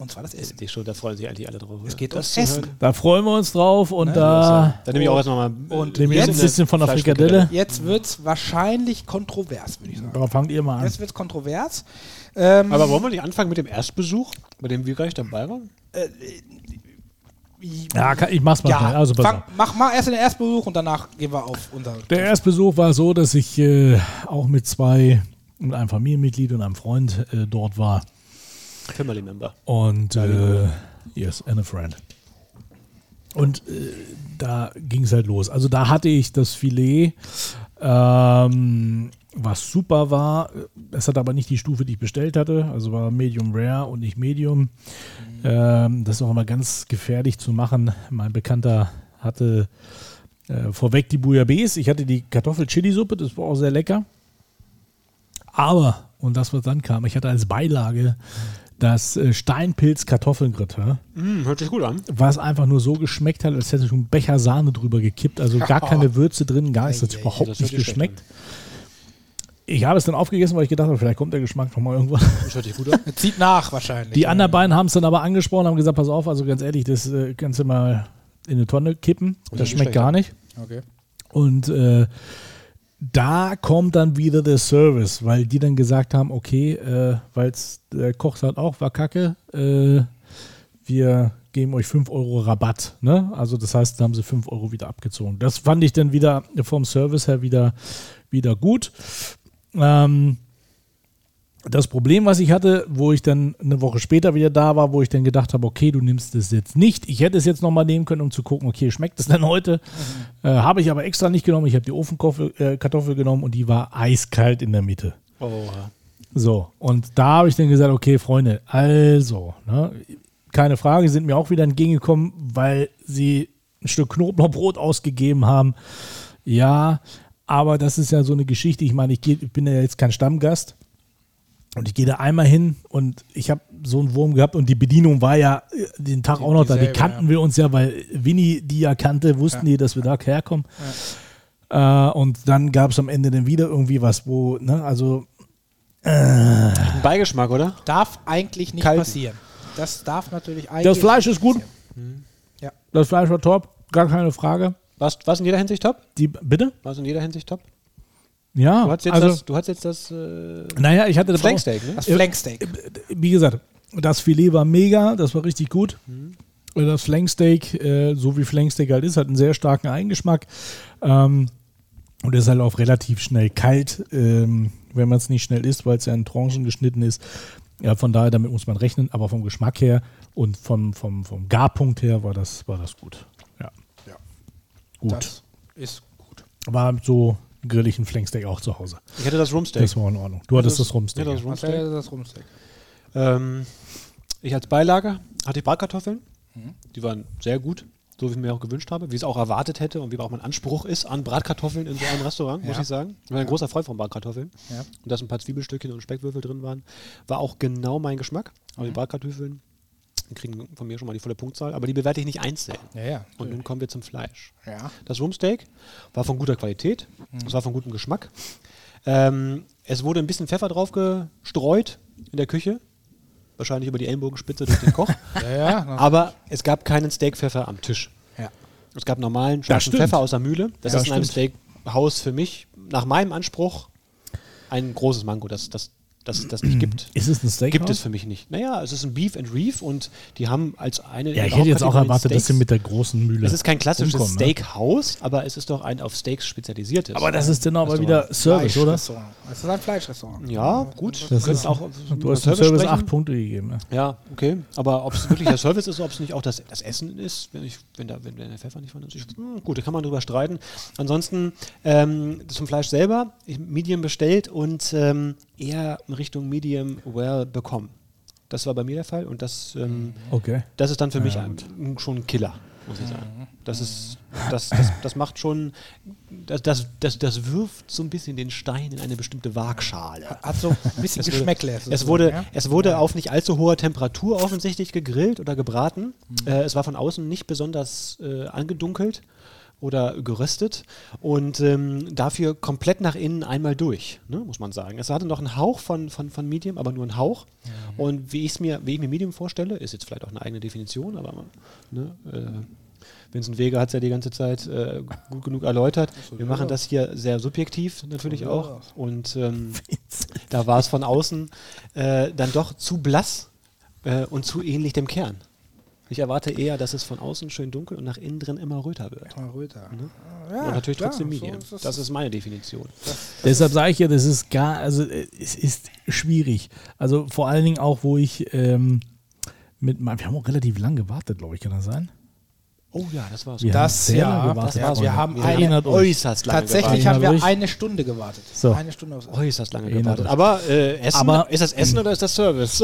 Und zwar das Essen.
Die Show, da freuen sich eigentlich alle drauf.
Es geht
Das
ums
zu
Essen.
hören.
Da freuen wir uns drauf und da
Dann nehme ich auch erstmal mal.
Und
nehmen wir
Ne, jetzt-
jetzt ein bisschen von der Frikadelle.
Jetzt wird es wahrscheinlich kontrovers, würde ich sagen.
Da fangt ihr mal an.
Jetzt wird es kontrovers. Ähm,
Mhm. Aber wollen wir nicht anfangen mit dem Erstbesuch, bei dem wir gar nicht dabei waren?
Ja, kann, ich mach's mal schnell. Also pass
fang,
auf.
mach mal erst den Erstbesuch und danach gehen wir auf unser.
Der Erstbesuch war so, dass ich äh, auch mit zwei, mit einem Familienmitglied und einem Freund äh, dort war.
Family Member.
Und äh, yes, and a friend. Und äh, da ging es halt los. Also da hatte ich das Filet, ähm, was super war. Es hatte aber nicht die Stufe, die ich bestellt hatte. Also war Medium Rare und nicht Medium. Ähm, das ist auch immer ganz gefährlich zu machen. Mein Bekannter hatte äh, vorweg die Bouillabaisse. Ich hatte die Kartoffel-Chili-Suppe. Das war auch sehr lecker. Aber, und das, was dann kam, ich hatte als Beilage das äh, Steinpilz-Kartoffeln-Gratin
Hm, hört sich gut an.
was einfach nur so geschmeckt hat, als hätte ich einen Becher Sahne drüber gekippt. Also gar keine Würze drin, gar nichts. Das hat
Ei, ei,
überhaupt
das hört
nicht
sich schlecht
geschmeckt. Ich habe es dann aufgegessen, weil ich gedacht habe, vielleicht kommt der Geschmack nochmal irgendwann.
Das hört sich gut an.
Zieht nach wahrscheinlich.
Die anderen beiden haben es dann aber angesprochen, haben gesagt, pass auf, also ganz ehrlich, das äh, kannst du mal in eine Tonne kippen. Das schmeckt gar nicht.
Okay.
Und äh, da kommt dann wieder der Service, weil die dann gesagt haben, okay, äh, weil der Koch sagt auch, war kacke, äh, wir geben euch 5 Euro Rabatt. Ne? Also das heißt, da haben sie 5 Euro wieder abgezogen. Das fand ich dann wieder vom Service her wieder, wieder gut. Ähm, das Problem, was ich hatte, wo ich dann eine Woche später wieder da war, wo ich dann gedacht habe, okay, du nimmst es jetzt nicht. Ich hätte es jetzt nochmal nehmen können, um zu gucken, okay, schmeckt es denn heute? Äh, habe ich aber extra nicht genommen. Ich habe die Ofenkartoffel äh, Kartoffel genommen und die war eiskalt in der Mitte.
Oh.
So, und da habe ich dann gesagt, okay, Freunde, also, ne, keine Frage, sie sind mir auch wieder entgegengekommen, weil sie ein Stück Knoblauchbrot ausgegeben haben. Ja, aber das ist ja so eine Geschichte. Ich meine, ich, geh, ich bin ja jetzt kein Stammgast. Und ich gehe da einmal hin und ich habe so einen Wurm gehabt und die Bedienung war ja äh, den Tag auch noch da. Die
dieselbe,
kannten
ja.
wir uns ja, weil Winnie die ja kannte, wussten die, dass wir da herkommen. Äh, und dann gab es am Ende dann wieder irgendwie was, wo, ne, also
Ein Beigeschmack, oder?
Darf eigentlich nicht
Kalten.
passieren. Das darf natürlich eigentlich.
Das Fleisch ist gut.
Ja.
Das Fleisch war top, gar keine Frage.
Was, was in jeder Hinsicht top?
Die, bitte?
Was in jeder Hinsicht top?
Ja.
Du hast jetzt
also,
das, du hast jetzt das äh,
naja, ich hatte das
Flanksteak, ne?
Das Flanksteak.
Wie gesagt, das Filet war mega, das war richtig gut. Das Flanksteak, äh, so wie Flanksteak halt ist, hat einen sehr starken Eingeschmack. Ähm, und ist halt auch relativ schnell kalt, ähm, wenn man es nicht schnell isst, weil es ja in Tranchen geschnitten ist. Ja, von daher, damit muss man rechnen, aber vom Geschmack her und vom, vom, vom Garpunkt her war das, war das gut. Ja. Gut.
Das ist gut.
war so grilligen Flanksteak auch zu Hause.
Ich hatte das Rumsteak.
Das war in Ordnung. Du hattest das
Ich
Rumsteak.
hatte das
Was
Rumsteak.
wäre das Rumsteak?
Ähm, ich als Beilage hatte ich Bratkartoffeln. Die waren sehr gut, so wie ich mir auch gewünscht habe, wie ich es auch erwartet hätte und wie auch mein Anspruch ist an Bratkartoffeln in so einem Restaurant, muss
Ja.
ich sagen. Ich bin ein großer Freund von Bratkartoffeln.
Ja.
Und dass ein paar Zwiebelstückchen und Speckwürfel drin waren, war auch genau mein Geschmack. Aber
Mhm.
die Bratkartoffeln die kriegen von mir schon mal die volle Punktzahl, aber die bewerte ich nicht einzeln.
Ja, ja.
Und nun kommen wir zum Fleisch.
Ja.
Das Rumsteak war von guter Qualität,
Mhm.
es war von gutem Geschmack. Ähm, es wurde ein bisschen Pfeffer drauf gestreut in der Küche, wahrscheinlich über die Ellenbogenspitze durch den Koch.
Ja, ja.
Aber es gab keinen Steakpfeffer am Tisch.
ja.
Es gab normalen schwarzen
stimmt.
Pfeffer aus der Mühle. Das
Ja,
ist in einem
stimmt.
Steakhaus für mich, nach meinem Anspruch, ein großes Manko, dass das, das, das nicht gibt.
Ist es ein Steak?
Gibt es für mich nicht. Naja, es ist ein Beef and Reef und die haben als eine
Ja, ich
ihrer
hätte jetzt auch
Hauptkategorien
erwartet, dass sie
Steaks-
mit der großen Mühle.
es ist kein klassisches
rumkommen, ne?
Steakhouse, aber es ist doch ein auf Steaks spezialisiertes.
Aber das ist dann aber
Restaurant.
wieder Service, oder?
Fleischrestaurant. Es ist ein Fleischrestaurant.
ja, gut.
Das
wir
ist-
können auch
Du hast dem
über
Service
sprechen.
acht Punkte gegeben. ja.
Ja, okay. Aber ob es wirklich der Service ist, ob es nicht auch das, das Essen ist, wenn, ich, wenn, da, wenn der Pfeffer nicht von ist. Ich, hm, gut, da kann man drüber streiten. Ansonsten ähm, zum Fleisch selber, ich, Medium bestellt und ähm, eher in Richtung Medium Well bekommen. Das war bei mir der Fall und das, ähm,
Okay.
das ist dann für mich ein, schon ein Killer, muss ich sagen. Das ist, das, das, das macht schon, das, das, das, das wirft so ein bisschen den Stein in eine bestimmte Waagschale.
Hat so ein bisschen
Es wurde-
Geschmäckle.
Es wurde,
sozusagen,
es wurde auf nicht allzu hoher Temperatur offensichtlich gegrillt oder gebraten.
Mhm.
Äh, es war von außen nicht besonders äh, angedunkelt oder geröstet und ähm, dafür komplett nach innen einmal durch, ne, muss man sagen. Es hatte noch einen Hauch von, von, von Medium, aber nur einen Hauch. Und wie, ich's mir, wie ich mir Medium vorstelle, ist jetzt vielleicht auch eine eigene Definition, aber ne, äh, Vincent Weger hat es ja die ganze Zeit äh, gut genug erläutert. Wir machen das hier sehr subjektiv natürlich auch. Und ähm, da war es von außen äh, dann doch zu blass äh, und zu ähnlich dem Kern. Ich erwarte eher, dass es von außen schön dunkel und nach innen drin immer röter wird.
ja. Mal Röter.
Ne? und natürlich
klar,
trotzdem
so
Medium.
ist es.
das ist meine Definition.
Deshalb sage ich ja, das ist gar, also äh, es ist schwierig. Also vor allen Dingen auch, wo ich ähm, mit meinem, wir haben auch relativ lang gewartet, glaube ich, kann das sein?
Oh ja, das war's.
Wir haben
Das
sehr
ja,
lange
das
gewartet.
war's. Wir haben
Wir
eine-
haben
Erinnert euch.
äußerst lange
Tatsächlich
gewartet.
haben wir
Ruhig.
eine Stunde gewartet.
So.
Eine Stunde aufs
gewartet. Äußerst lange
Erinnert
gewartet.
euch.
Aber, äh, Essen,
Aber-
ist das Essen oder ist das Service?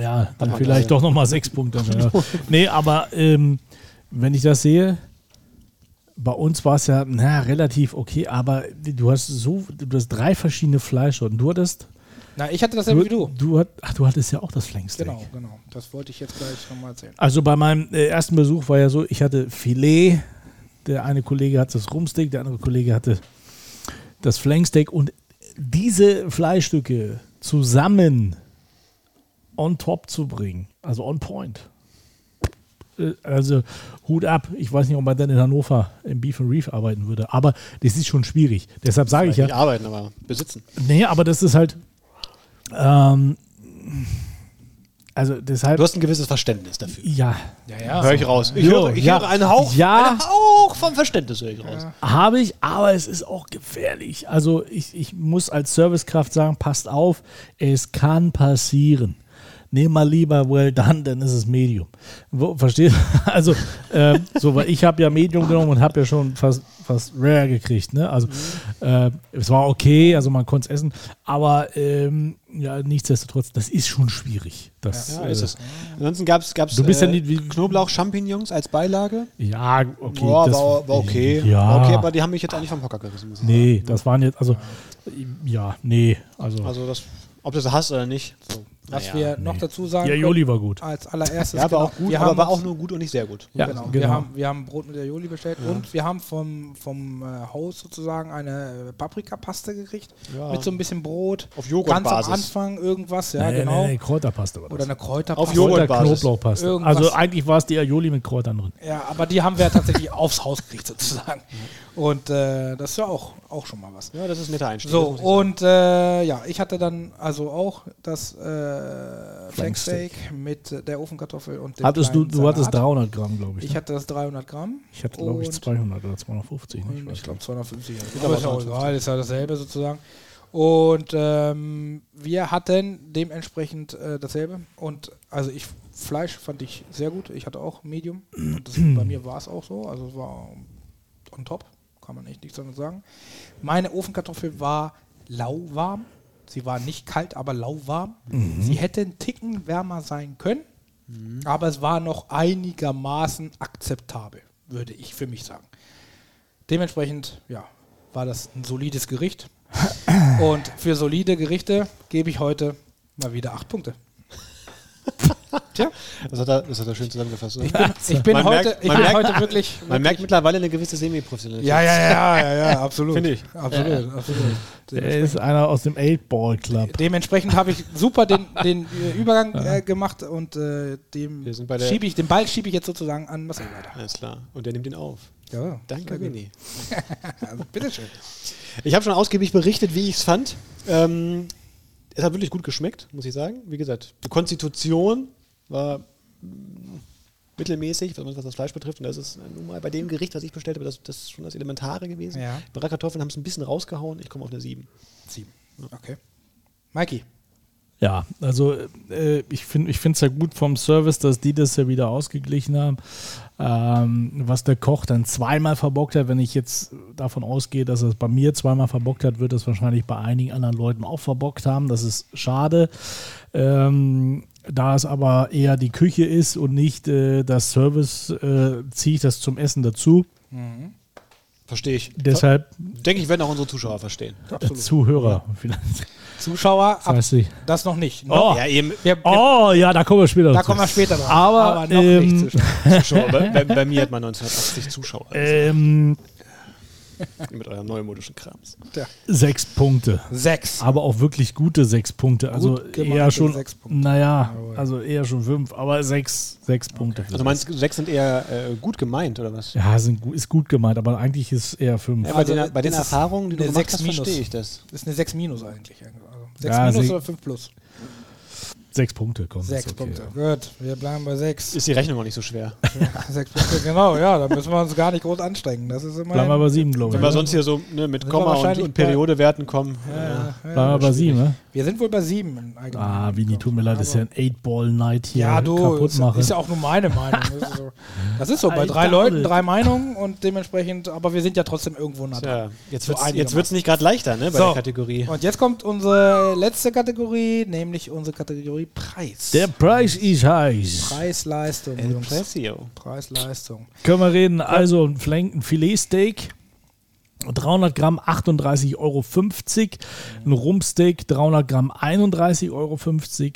Ja, dann
man
vielleicht
das ja.
doch nochmal sechs Punkte. Ja. nee, aber ähm, wenn ich das sehe, bei uns war es ja na, relativ okay, aber du hast so, du hast drei verschiedene Fleischsorten. Du hattest,
Na, ich hatte dasselbe
du,
wie du.
du, hat, ach, du hattest ja auch das Flanksteak.
Genau, genau. Das wollte ich jetzt gleich nochmal erzählen.
Also bei meinem äh, ersten Besuch war ja so, ich hatte Filet, der eine Kollege hatte das Rumsteak, der andere Kollege hatte das Flanksteak und diese Fleischstücke zusammen on top zu bringen, also on point. Äh, Also Hut ab. Ich weiß nicht, ob man dann in Hannover im Beef and Reef arbeiten würde, aber das ist schon schwierig. Deshalb sage ich ja,
Nicht arbeiten, aber besitzen.
nee, aber das ist halt. Ähm, also deshalb.
Du hast ein gewisses Verständnis dafür.
ja.
Ja, ja.
Höre ich raus. Ich,
Ah. Jo,
höre, ich
ja.
höre einen Hauch,
Ja.
einen Hauch vom Verständnis höre ich raus.
Habe ich, aber es ist auch gefährlich. Also ich, ich muss als Servicekraft sagen, passt auf, es kann passieren. Nehm mal lieber Well Done, dann ist es Medium. Wo, verstehst du? Also, ähm, so, weil ich habe ja Medium genommen und habe ja schon fast, fast Rare gekriegt. Ne? Also, äh, es war okay, also man konnte es essen, aber ähm, ja, nichtsdestotrotz, das ist schon schwierig. Das,
Ja,
äh,
ist es. Ansonsten gab es
Du bist ja nicht wie-
Knoblauch-Champignons als Beilage.
Ja, okay.
Boah,
das-
war, war okay.
Ja.
War okay, aber die haben mich jetzt eigentlich vom Hocker gerissen. Muss ich
Nee, das waren jetzt, also, ja, nee, also.
sagen. Also das, ob du das hast oder nicht. So.
Was
Naja.
wir noch dazu sagen
ja,
können,
Joli war gut.
als allererstes.
ja, war
genau,
auch gut,
wir
aber
haben
war
uns-
auch nur gut und nicht sehr gut.
Ja,
genau. Wir,
genau.
haben, wir haben Brot mit der Joli bestellt und wir haben vom, vom äh, Haus sozusagen eine äh, Paprikapaste gekriegt.
Ja.
Mit so ein bisschen Brot.
Auf Joghurtbasis.
Ganz am Anfang irgendwas, ja,
Nee,
genau.
nee, nee, Kräuterpaste war das.
Oder eine Kräuterpaste.
Auf Joghurt.
Kräuter-
Joghurtbasis.
Knoblauchpaste.
Irgendwas.
Also eigentlich war es die Aioli mit Kräutern drin.
Ja, aber die haben wir tatsächlich aufs Haus gekriegt sozusagen. Und äh, das ist ja auch, auch schon mal was.
Ja, das ist ein netter Einstieg.
So,
das muss
und äh, ja, ich hatte dann also auch das äh,
Flanksteak.
Flanksteak mit äh, der Ofenkartoffel und dem
Hattest du,
kleinen
du hattest
Salat.
300 Gramm, glaube ich. ne?
Ich hatte das 300 Gramm.
ich hatte, glaube ich,
und-
200 oder 250. ne?
Ich
weiß
glaube
nicht.
250.
glaub,
Aber ist ja auch
250.
egal, ist ja dasselbe sozusagen. Und ähm, wir hatten dementsprechend äh, dasselbe. Und also ich Fleisch fand ich sehr gut. Ich hatte auch Medium. Und das, bei mir war es auch so. Also es war on top. Kann man echt nichts anderes sagen. Meine Ofenkartoffel war lauwarm. Sie war nicht kalt, aber lauwarm. Sie hätte einen Ticken wärmer sein können. Aber es war noch einigermaßen akzeptabel, würde ich für mich sagen. Dementsprechend, ja, war das ein solides Gericht. Und für solide Gerichte gebe ich heute mal wieder acht Punkte. Tja,
ich- Das hat er, das hat er schön zusammengefasst. oder?
oh. ich bin,
Man
heute,
merkt-
ich
man
bin
merkt-
heute wirklich.
Man merkt mittlerweile eine gewisse Semi-Professionalität.
ja, ja, ja, ja, ja, absolut.
Finde ich.
Absolut, absolut.
Er ist einer aus dem 8-Ball Club.
Dementsprechend habe ich super den, den äh, Übergang äh, gemacht und äh, dem
Wir sind bei der-
schiebe ich, den Ball schiebe ich jetzt sozusagen an Marcel weiter.
Alles klar. Und der nimmt ihn auf.
Ja,
Danke, Winnie.
also, bitteschön.
Ich habe schon ausgiebig berichtet, wie ich es fand. Ähm, es hat wirklich gut geschmeckt, muss ich sagen. Wie gesagt, die Konstitution war mm, mittelmäßig, was was das Fleisch betrifft. Und das ist nun mal bei dem Gericht, was ich bestellt habe, das, das ist schon das Elementare gewesen.
Ja.
Bei drei Kartoffeln haben es ein bisschen rausgehauen. Ich komme auf eine 7.
Sieben. Okay. Mikey.
Ja, also äh, ich finde es ja gut vom Service, dass die das ja wieder ausgeglichen haben. Ähm, was der Koch dann zweimal verbockt hat, wenn ich jetzt davon ausgehe, dass er es bei mir zweimal verbockt hat, wird es wahrscheinlich bei einigen anderen Leuten auch verbockt haben. Das ist schade. Ähm, da es aber eher die Küche ist und nicht äh, das Service, äh, ziehe ich das zum Essen dazu.
Verstehe ich.
Deshalb
Denke ich, werden auch unsere Zuschauer verstehen.
äh, Zuhörer vielleicht.
Zuschauer, ab,
weiß ich.
das noch nicht.
Oh,
Ja, eben.
Wir, wir
oh ja, da kommen wir später
Da
dazu.
kommen wir später drauf.
Aber,
noch
ähm,
nicht. Zuschauer.
Zuschauer. bei, bei, bei mir hat man 1980 Zuschauer.
Ähm,
mit eurem neumodischen Krams.
sechs Punkte.
Sechs.
Aber auch wirklich gute sechs Punkte. Ah, Also eher
gemachte
schon.
sechs Punkte.
Naja, also eher schon fünf, aber sechs, sechs Punkte.
Also meinst du, sechs sind eher äh, gut gemeint, oder was?
ja, sind, gu- ist gut gemeint, aber eigentlich ist eher fünf.
Ja,
Ja,
bei,
Also,
den, bei den
das ist
Erfahrungen, die du
eine
gemacht
sechs
hast,
minus.
verstehe ich das.
Das ist eine 6 minus eigentlich. Also 6
Ja,
minus
sech-
oder 5 plus?
sechs Punkte. Komm, ist
Sechs
okay.
Punkte. Gut, wir bleiben bei sechs.
Ist die Rechnung auch nicht so schwer.
sechs Punkte, genau, ja, da müssen wir uns gar nicht groß anstrengen. Das ist immer.
Bleiben wir bei sieben, glaube ich.
Wenn wir sonst hier so ne, mit
Sind wir
Komma und,
wahrscheinlich
und Periodewerten kommen.
ja, ja,
Bleiben wir bei sieben, ne?
Wir sind wohl bei sieben. Eigentlich.
Ah, Vini, tut mir leid, das ist ja ein Eight-Ball-Night hier.
Ja, du,
kaputt
ist,
mache.
ist ja auch nur meine Meinung. Das ist so, das ist so bei
Alter,
drei Leuten,
Alter.
drei Meinungen und dementsprechend, aber wir sind ja trotzdem irgendwo nah dran.
Tja, jetzt
So
wird's,
einige
jetzt wird's nicht gerade leichter, ne, bei
So.
der Kategorie.
Und jetzt kommt unsere letzte Kategorie, nämlich unsere Kategorie Preis.
Der Preis Äh, ist heiß.
Preis-Leistung, Jungs.
Impressio.
Preis-Leistung.
Können wir reden? Also ein, Flank, ein Filetsteak, 300 Gramm 38,50 Euro. Ein Rumpsteak 300 Gramm 31,50 Euro.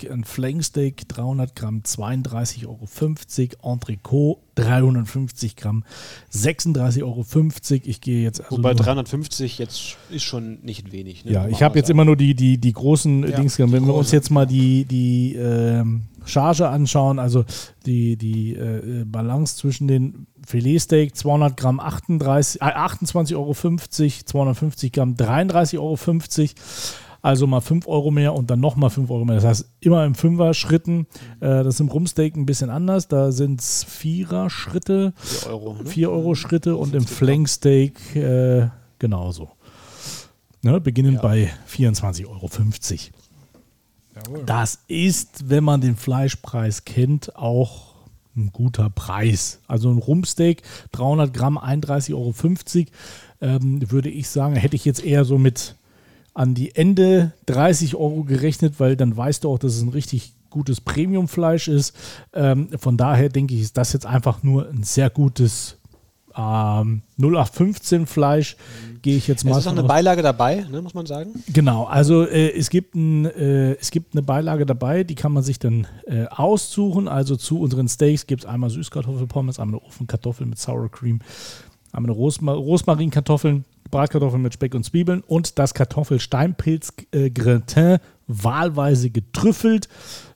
Ein Flanksteak 300 Gramm 32,50 Euro. Entrecot 350 Gramm 36,50 Euro. Ich gehe jetzt also
Wobei
nur-
350 jetzt ist schon nicht wenig. Ne?
Ja,
Muss
ich
man
habe
mal
jetzt
sagen.
immer nur die, die, die großen
Ja,
ja, Dings genommen. Wenn
die
wir uns
großen.
jetzt mal die, die ähm, Charge anschauen, also die, die äh, äh, Balance zwischen den Filetsteak 200 Gramm 38, äh, 28,50 Euro, 250 Gramm 33,50 Euro. Also mal 5 Euro mehr und dann nochmal 5 Euro mehr. Das heißt, immer im
Mhm.
Fünfer-Schritten. Äh, das ist im Rumpsteak ein bisschen anders. Da sind es Vierer-Schritte,
Vier Euro. Ne?
4 Euro Schritte und im Flanksteak äh, genauso. Ne, beginnend bei 24,50 Euro. Das ist, wenn man den Fleischpreis kennt, auch ein guter Preis. Also ein Rumpsteak, 300 Gramm, 31,50 Euro, ähm, würde ich sagen, hätte ich jetzt eher so mit an die Ende 30 Euro gerechnet, weil dann weißt du auch, dass es ein richtig gutes Premiumfleisch ist. Ähm, von daher denke ich, ist das jetzt einfach nur ein sehr gutes ähm, 0815 Fleisch, gehe ich jetzt mal
Es ist noch
von
eine
aus.
Beilage dabei, ne, muss man sagen.
Genau, also äh, es, gibt ein, äh, es gibt eine Beilage dabei, die kann man sich dann äh, aussuchen. Also zu unseren Steaks gibt es einmal Süßkartoffelpommes, einmal eine Ofenkartoffel mit Sour Cream, einmal eine Rosma Rosmarinkartoffeln, Bratkartoffeln mit Speck und Zwiebeln und das Kartoffelsteinpilz-Gratin wahlweise getrüffelt.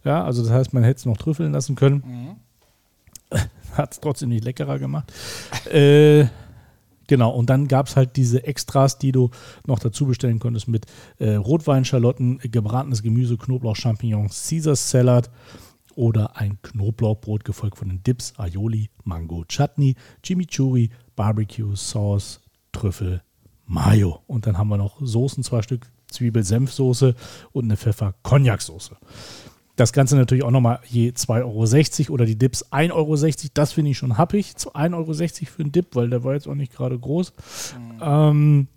Ja, also das heißt, man hätte es noch trüffeln lassen können. Hat es trotzdem nicht leckerer gemacht. äh, Genau, und dann gab es halt diese Extras, die du noch dazu bestellen konntest mit äh, Rotwein, Schalotten, gebratenes Gemüse, Knoblauch, Champignons, Caesar Salad oder ein Knoblauchbrot, gefolgt von den Dips, Aioli, Mango, Chutney, Chimichurri, Barbecue, Sauce, Trüffel, Mayo. Und dann haben wir noch Soßen, zwei Stück, Zwiebel-Senfsoße und eine Pfeffer-Cognac-Soße. Das Ganze natürlich auch nochmal je 2,60 Euro oder die Dips 1,60 Euro. Das finde ich schon happig. Zu 1,60 Euro für einen Dip, weil der war jetzt auch nicht gerade groß.
Mhm.
Ähm,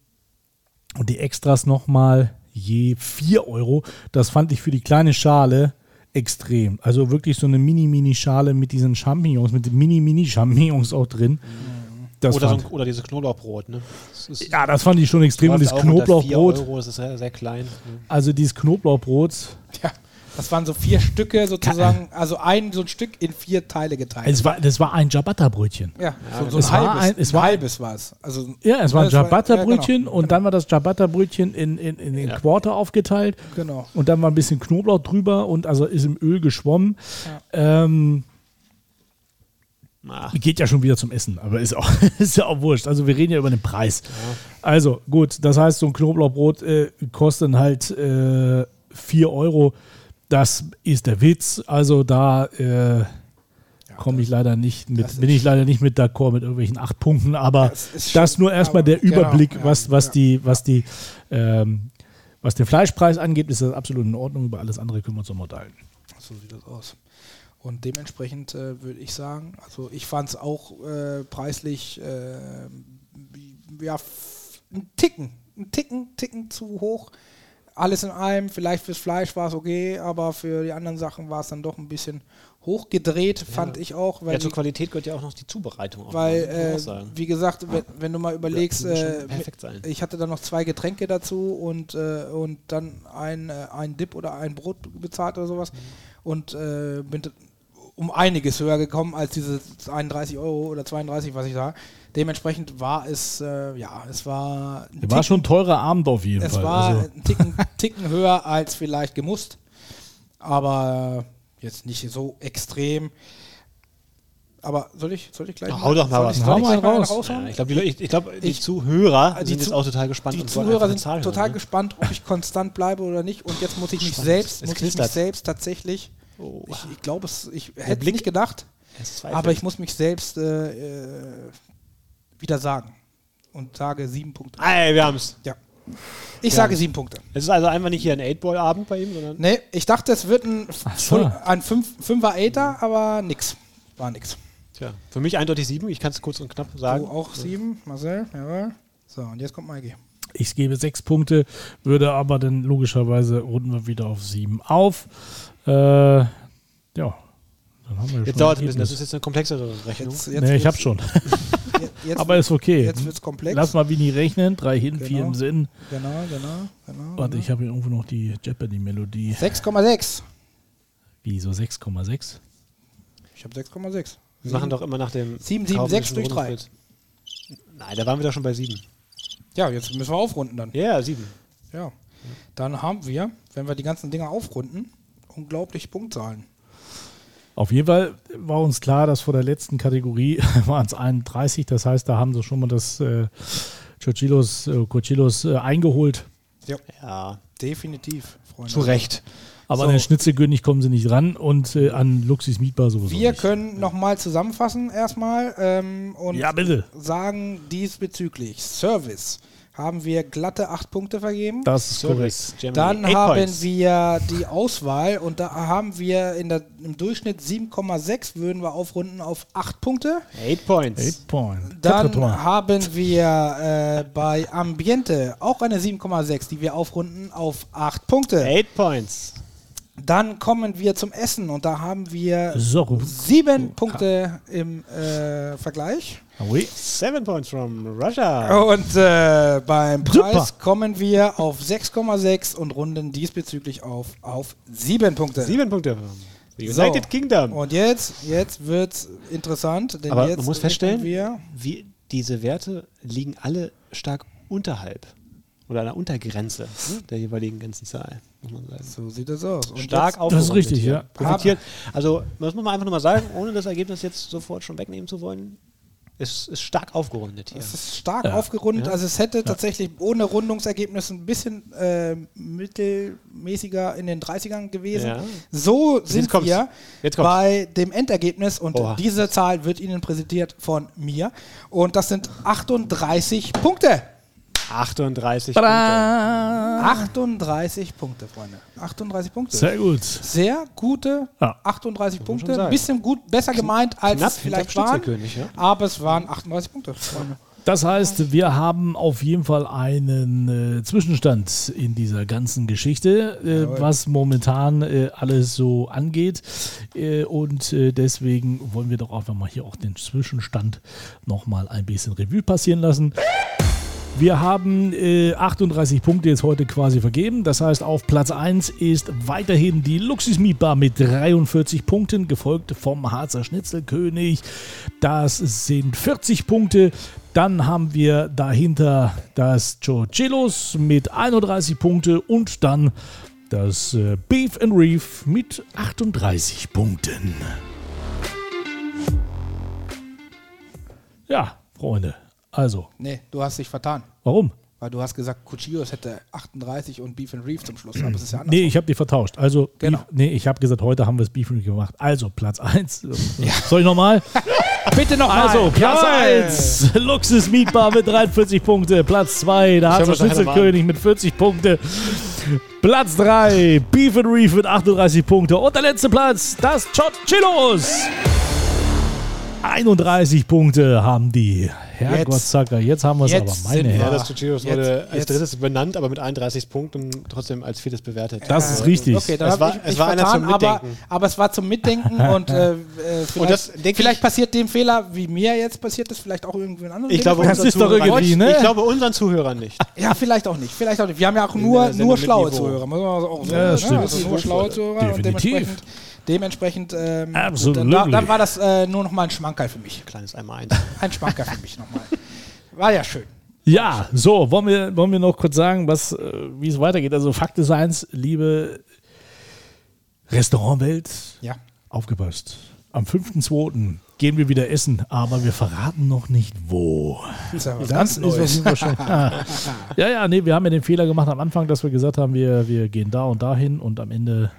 und die Extras nochmal je 4 Euro. Das fand ich für die kleine Schale extrem. Also wirklich so eine Mini-Mini-Schale mit diesen Champignons, mit den Mini-Mini-Champignons auch drin. Das
Mhm. Oder, so
fand,
ein, oder dieses Knoblauchbrot. Ne? Das ist,
ja, das fand ich schon extrem. Und dieses
läuft auch unter vier
Knoblauchbrot,
Euro, das ist sehr, sehr klein. Ne?
also dieses Knoblauchbrot,
Tja, das waren so vier Stücke sozusagen, also ein so ein Stück in vier Teile geteilt.
also es war, das war ein Ciabatta-Brötchen.
ja, so, so
es
ein
war
halbes,
ein- es
ein
war ein-
halbes war es. Also,
Ja, es war ein
Ja, es war-
Ciabatta-Brötchen
ja, genau.
und dann war das Ciabatta-Brötchen in, in, in den Quarter aufgeteilt
genau.
und dann war ein bisschen Knoblauch drüber und also ist im Öl geschwommen. Ähm,
Ah,
geht ja schon wieder zum Essen, aber ist, auch, ist ja auch wurscht. Also wir reden ja über den Preis. Also gut, das heißt, so ein Knoblauchbrot äh, kostet dann halt äh, 4 Euro. Das ist der Witz. Also da äh, komme ich leider nicht
das
mit,
ist-
bin ich leider nicht mit d'accord mit irgendwelchen acht Punkten, aber
Das ist
das,
schon-
nur erstmal
aber-
der Überblick,
genau, ja,
was, was
ja.
die, was die ähm, was den Fleischpreis angeht, ist das absolut in Ordnung. Über alles andere können wir uns nochmal teilen.
So sieht das aus. Und dementsprechend äh, würde ich sagen, also ich fand es auch äh, preislich äh, ja, f- ein Ticken, ein Ticken, Ticken zu hoch. Alles in allem, vielleicht fürs Fleisch war es okay, aber für die anderen Sachen war es dann doch ein bisschen hochgedreht, fand ich auch. Weil
ja, zur
die-
Qualität gehört ja auch noch die Zubereitung. Auch
weil,
noch, muss man auch
äh,
sagen.
wie gesagt, wenn, wenn du mal überlegst,
muss schon
äh,
perfekt sein.
ich hatte dann noch zwei Getränke dazu und, äh, und dann ein, äh, ein Dip oder ein Brot bezahlt oder
Mhm.
sowas und äh, bin d- um einiges höher gekommen als diese 31 Euro oder 32, was ich da. Dementsprechend war es, äh, ja, es war ein
War schon ein teurer Abend auf jeden
es
Fall.
war
also.
ein Ticken, Ticken höher als vielleicht gemusst, aber jetzt nicht so extrem. Aber soll ich, soll ich gleich?
Hau doch mal
soll
was.
Ich,
Hau
soll ich
mal
gleich mal
raus.
raus.
ja, ich glaube, die, Le- ich, ich glaub, die
Ich-
Zuhörer
die
sind
Zu-
jetzt auch total gespannt.
Die
und wollen
Zuhörer
einfach
sind
eine Zahl
total
hören, ne?
gespannt, ob ich konstant bleibe oder nicht. Und jetzt muss ich mich
Spannend.
selbst,
Es
muss ich mich
knistert. Oh.
selbst tatsächlich Ich, ich glaube, es- ich hätte
Blick-
nicht gedacht,
Es zweifelt.
aber ich muss mich selbst äh, äh, wieder sagen und sage sieben Punkte.
Ah, Ey, wir haben's.
Ja. Ich sage sieben Punkte.
Es ist also einfach nicht hier ein 8-Ball-Abend bei ihm, sondern.
Nee, ich dachte, es wird ein,
so.
ein Fünf, Fünfer Äther, aber nix. War nix.
Tja, für mich eindeutig 7. Ich kann es kurz und knapp
Du
sagen.
auch sieben, Marcel, jawohl. So, und jetzt kommt Maike.
Ich gebe sechs Punkte, würde aber dann logischerweise runden wir wieder auf sieben auf. Äh, ja, dann haben wir
Jetzt
schon
dauert es ein bisschen. Das
Ergebnis.
ist jetzt eine komplexere Rechnung.
Jetzt,
Nee, ich
wird's-
habe schon.
je- Jetzt,
Aber ist okay.
jetzt wird's komplex.
Lass mal Vini rechnen. Drei hin, vier im
Genau.
Sinn.
Genau, genau, genau.
Warte,
Mhm.
genau.
ich habe hier irgendwo noch die Jeopardy-Melodie.
6,6.
Wie, so 6,6?
Ich habe 6,6.
Wir machen doch immer nach dem.
Sieben, sieben, sechs
kaufmännischen
durch drei.
Rundenfeld. Nein, da waren wir doch schon bei 7.
Ja, jetzt müssen wir aufrunden dann.
Ja, ja, 7.
Ja. Dann haben wir, wenn wir die ganzen Dinger aufrunden, unglaublich Punktzahlen.
Auf jeden Fall war uns klar, dass vor der letzten Kategorie waren es 31. Das heißt, da haben sie schon mal das äh, Churchillos, äh, Cochillos äh, eingeholt.
Ja,
Definitiv, Freunde.
zu Recht.
Aber
So.
an den Schnitzelkönig kommen sie nicht ran und äh, an Luxis Mietbar sowieso
Wir
nicht.
können nochmal zusammenfassen erstmal ähm, und
Ja, bitte.
sagen diesbezüglich Service haben wir glatte 8 Punkte vergeben.
Das ist
Zu
korrekt.
Recht. Germany.
Dann
Eight
haben
points.
wir die Auswahl und da haben wir in der, im Durchschnitt 7,6, würden wir aufrunden auf 8 Punkte.
8 Points.
Eight Point.
Dann
Tetraton.
haben wir äh, bei Ambiente auch eine 7,6, die wir aufrunden auf 8 Punkte.
8 Points.
Dann kommen wir zum Essen und da haben wir
So,
sieben Punkte im äh, Vergleich.
Ah oui.
7 Points from Russia.
Und äh, beim
Super.
Preis kommen wir auf 6,6 und runden diesbezüglich auf, auf 7 Punkte.
7 Punkte. United
So.
Kingdom.
Und jetzt, jetzt wird es interessant, denn
Aber
jetzt
man muss
wissen
feststellen,
wir,
wie diese Werte liegen alle stark unterhalb oder an der Untergrenze ne, der jeweiligen ganzen Zahl, muss man sagen.
so sieht es aus. Und
Stark
jetzt,
auf.
Das ist richtig, ja.
Profitiert. Also, das muss man einfach nochmal sagen, ohne das Ergebnis jetzt sofort schon wegnehmen zu wollen. Es ist stark aufgerundet hier.
es ist stark aufgerundet, also es hätte tatsächlich ohne Rundungsergebnis ein bisschen äh, mittelmäßiger in den 30ern gewesen.
Ja.
So sind
kommt's.
wir
Jetzt kommt's.
bei dem Endergebnis und
Oha.
diese Zahl wird Ihnen präsentiert von mir und das sind 38 Punkte.
38 Punkte.
38 Punkte, Freunde. 38 Punkte. Sehr,
Sehr gut.
gute
Ja.
38
schon
Punkte.
sagen.
Ein bisschen gut, besser gemeint, als
knapp
es
hinterm
vielleicht waren.
Schnitzelkönig, ja.
Aber es waren 38 Punkte, Freunde.
Das heißt, wir haben auf jeden Fall einen äh, Zwischenstand in dieser ganzen Geschichte, äh, was momentan äh, alles so angeht. Äh, und äh, deswegen wollen wir doch einfach mal hier auch den Zwischenstand nochmal ein bisschen Revue passieren lassen. Wir haben äh, 38 Punkte jetzt heute quasi vergeben. Das heißt, auf Platz 1 ist weiterhin die Luxus Meat Bar mit 43 Punkten, gefolgt vom Harzer Schnitzelkönig. Das sind 40 Punkte. Dann haben wir dahinter das Chorchillos mit 31 Punkte und dann das äh, Beef and Reef mit 38 Punkten. Ja, Freunde. Also,
Nee, du hast dich vertan.
warum?
Weil du hast gesagt, Cuchillos hätte 38 und Beef and Reef zum Schluss. Aber es ist ja anders.
Nee, ich habe die vertauscht. Also,
Genau.
Beef, nee, ich habe gesagt, heute haben wir es Beef Review gemacht. Also, Platz 1. Soll ich nochmal?
Bitte noch
Also,
mal.
Platz
Jawohl.
1, Luxus Mietbar mit 43 Punkte. Platz 2, der Hanser
mir das nachher noch mal
Schnitzelkönig mit 40 Punkte. Platz 3, Beef and Reef mit 38 Punkte. Und der letzte Platz, das Chotchilos. 31 Punkte haben die. Herrgott Zacker, jetzt haben wir es aber.
Jetzt
Meine
sind wir-
Herren.
Ja, das Tuchiros
Jetzt-
wurde als
jetzt.
drittes benannt, aber mit 31 Punkten trotzdem als viertes bewertet.
Das ist richtig.
Okay, dann
Es
hab
war-
ich
es
mich
war einer
vertan,
zum
aber,
Mitdenken.
aber es war zum Mitdenken und, äh, äh, vielleicht,
das, denke ich-
vielleicht passiert dem Fehler, wie mir jetzt passiert ist, vielleicht auch irgendwen anderen.
ich glaube,
Das
unseren
ist doch
Zuhörern-
irgendwie, ne?
ich glaube unseren Zuhörern nicht.
Ja, vielleicht auch nicht. Vielleicht auch nicht. Wir haben ja auch
der
nur,
Sendung
nur
mit
schlaue
Niveau.
Zuhörer. Muss man auch sagen,
Ja,
ne?
stimmt.
Also nur schlaue Zuhörer.
Definitiv.
Und dementsprechend. Dementsprechend. Ähm,
Absolut.
Dann, war- dann war das äh, nur nochmal ein Schmankerl für mich.
Kleines einmal eins.
Ein Schmankerl für mich nochmal. War ja schön.
Ja, so, wollen wir, wollen wir noch kurz sagen, was, äh, wie es weitergeht. Also Fakt ist eins, liebe Restaurantwelt,
Ja.
aufgepasst. Am 5.2. gehen wir wieder essen, aber wir verraten noch nicht wo.
Ist ja was
Das ist was sind wir schon. Ah. ja, ja, nee, wir haben ja den Fehler gemacht am Anfang, dass wir gesagt haben, wir, wir gehen da und dahin und am Ende,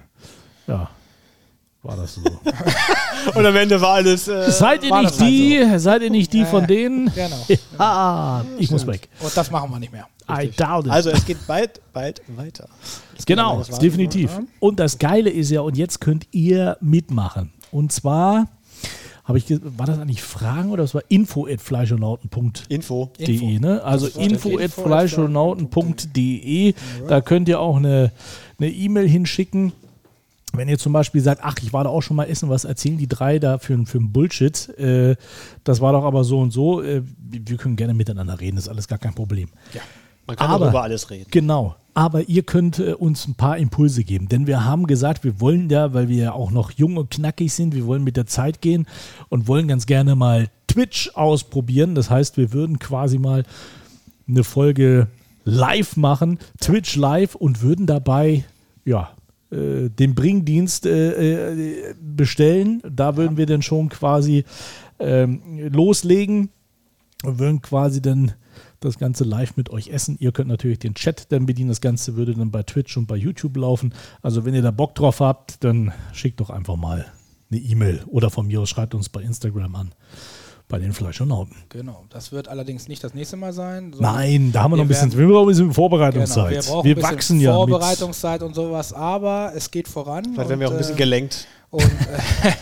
ja, war das so.
Und am Ende war alles. Äh,
seid ihr
war
nicht
das halt
die, seid ihr nicht die von denen?
Genau.
Ah, ich muss weg.
Und das machen wir nicht mehr.
I doubt it.
also es geht bald, bald weiter.
Genau,
Das war-
definitiv. Und das Geile ist ja, und jetzt könnt ihr mitmachen. Und zwar habe ich, ge- war das eigentlich Fragen oder es war info at
Info.
De, ne? Also info at fleischonauten.de. Da könnt ihr auch eine eine E-Mail hinschicken. Wenn ihr zum Beispiel sagt, ach, ich war da auch schon mal essen, was erzählen die drei da für, einen- für einen Bullshit? Äh, das war doch aber so und so. Äh, wir wir können gerne miteinander reden, ist alles gar kein Problem.
Man kann
Aber-
auch über alles reden.
Genau. Aber ihr könnt äh, uns ein paar Impulse geben, denn wir haben gesagt, wir wollen ja, weil wir ja auch noch jung und knackig sind, wir wollen mit der Zeit gehen und wollen ganz gerne mal Twitch ausprobieren. Das heißt, wir würden quasi mal eine Folge live machen, Twitch live und würden dabei ja äh, den Bringdienst äh, äh, bestellen. Da würden wir dann schon quasi ähm, loslegen und würden quasi dann das Ganze live mit euch essen. Ihr könnt natürlich den Chat dann bedienen. Das Ganze würde dann bei Twitch und bei YouTube laufen. Also wenn ihr da Bock drauf habt, dann schickt doch einfach mal eine E-Mail oder von mir aus schreibt uns bei Instagram an. Bei den Fleischonauten.
Genau. Das wird allerdings nicht das nächste Mal sein. sondern-
Nein, da haben wir noch ein
Genau. Wir
bisschen,
werden-
wir brauchen ein bisschen
Genau,
Vorbereitungszeit.
wir brauchen
wir
ein bisschen
wachsen ja mit.
Vorbereitungszeit und sowas, aber es geht voran.
Vielleicht werden wir auch ein bisschen gelenkt
und, äh,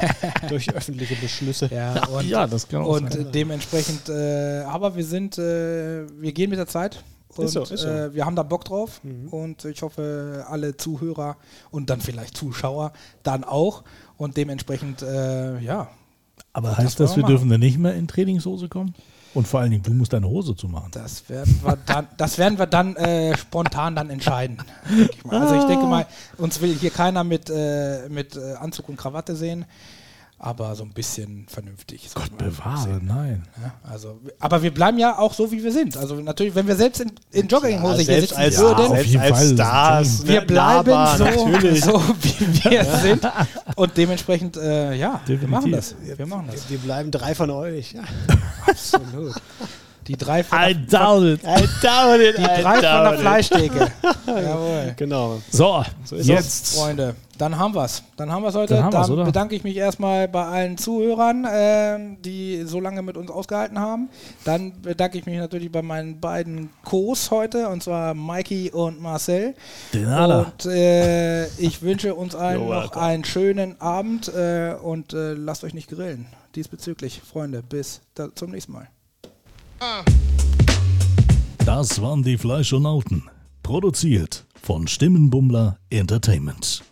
durch öffentliche Beschlüsse.
ja, und,
Ja, genau. das kann auch
und
sein.
äh, dementsprechend, äh, aber wir sind, äh, wir gehen mit der Zeit und
so, ist so. Mhm.
Äh, wir haben da Bock drauf und ich hoffe, alle Zuhörer und dann vielleicht Zuschauer dann auch und dementsprechend, äh, ja,
Aber heißt
wollen
das,
wir
wir dürfen dann nicht mehr in Trainingshose kommen? Und vor allen Dingen, du musst deine Hose zumachen.
Das werden wir dann, das werden wir dann äh, spontan dann entscheiden. Denk ich mal. Also ich denke mal, uns will hier keiner mit, äh, mit äh, Anzug und Krawatte sehen, aber so ein bisschen vernünftig. soll
Gott
man
bewahre,
sehen,
nein.
ne? Also, aber wir bleiben ja auch so, wie wir sind. Also natürlich, wenn wir selbst in, in
Ja,
Jogginghose hier
selbst
sitzen
als,
Ja,
würden,
auf
selbst
jeden
als
Fall.
Stars.
wir
ne,
bleiben
laber,
so,
Natürlich.
so, wie wir sind. Und dementsprechend, äh, ja, wir
Definitiv.
machen das. Wir machen das.
Wir bleiben drei von euch. Ja.
Absolut. Die drei von,
I doubt it.
I doubt it,
die drei von der Fleischtheke. Jawohl.
Genau.
So,
ist
jetzt.
Freunde, dann haben wir's. Dann haben wir's heute.
Dann
Dann,
haben wir's, oder?
bedanke ich mich erstmal bei allen Zuhörern, ähm, die so lange mit uns ausgehalten haben. Dann bedanke ich mich natürlich bei meinen beiden Co's heute, und zwar Mikey und Marcel.
Den Ala.
Und äh, ich wünsche uns allen
You're
noch
welcome.
einen schönen Abend äh, und äh, lasst euch nicht grillen. Diesbezüglich, Freunde, bis da, zum nächsten Mal.
Das waren die Fleischonauten. Produziert von Stimmenbummler Entertainment.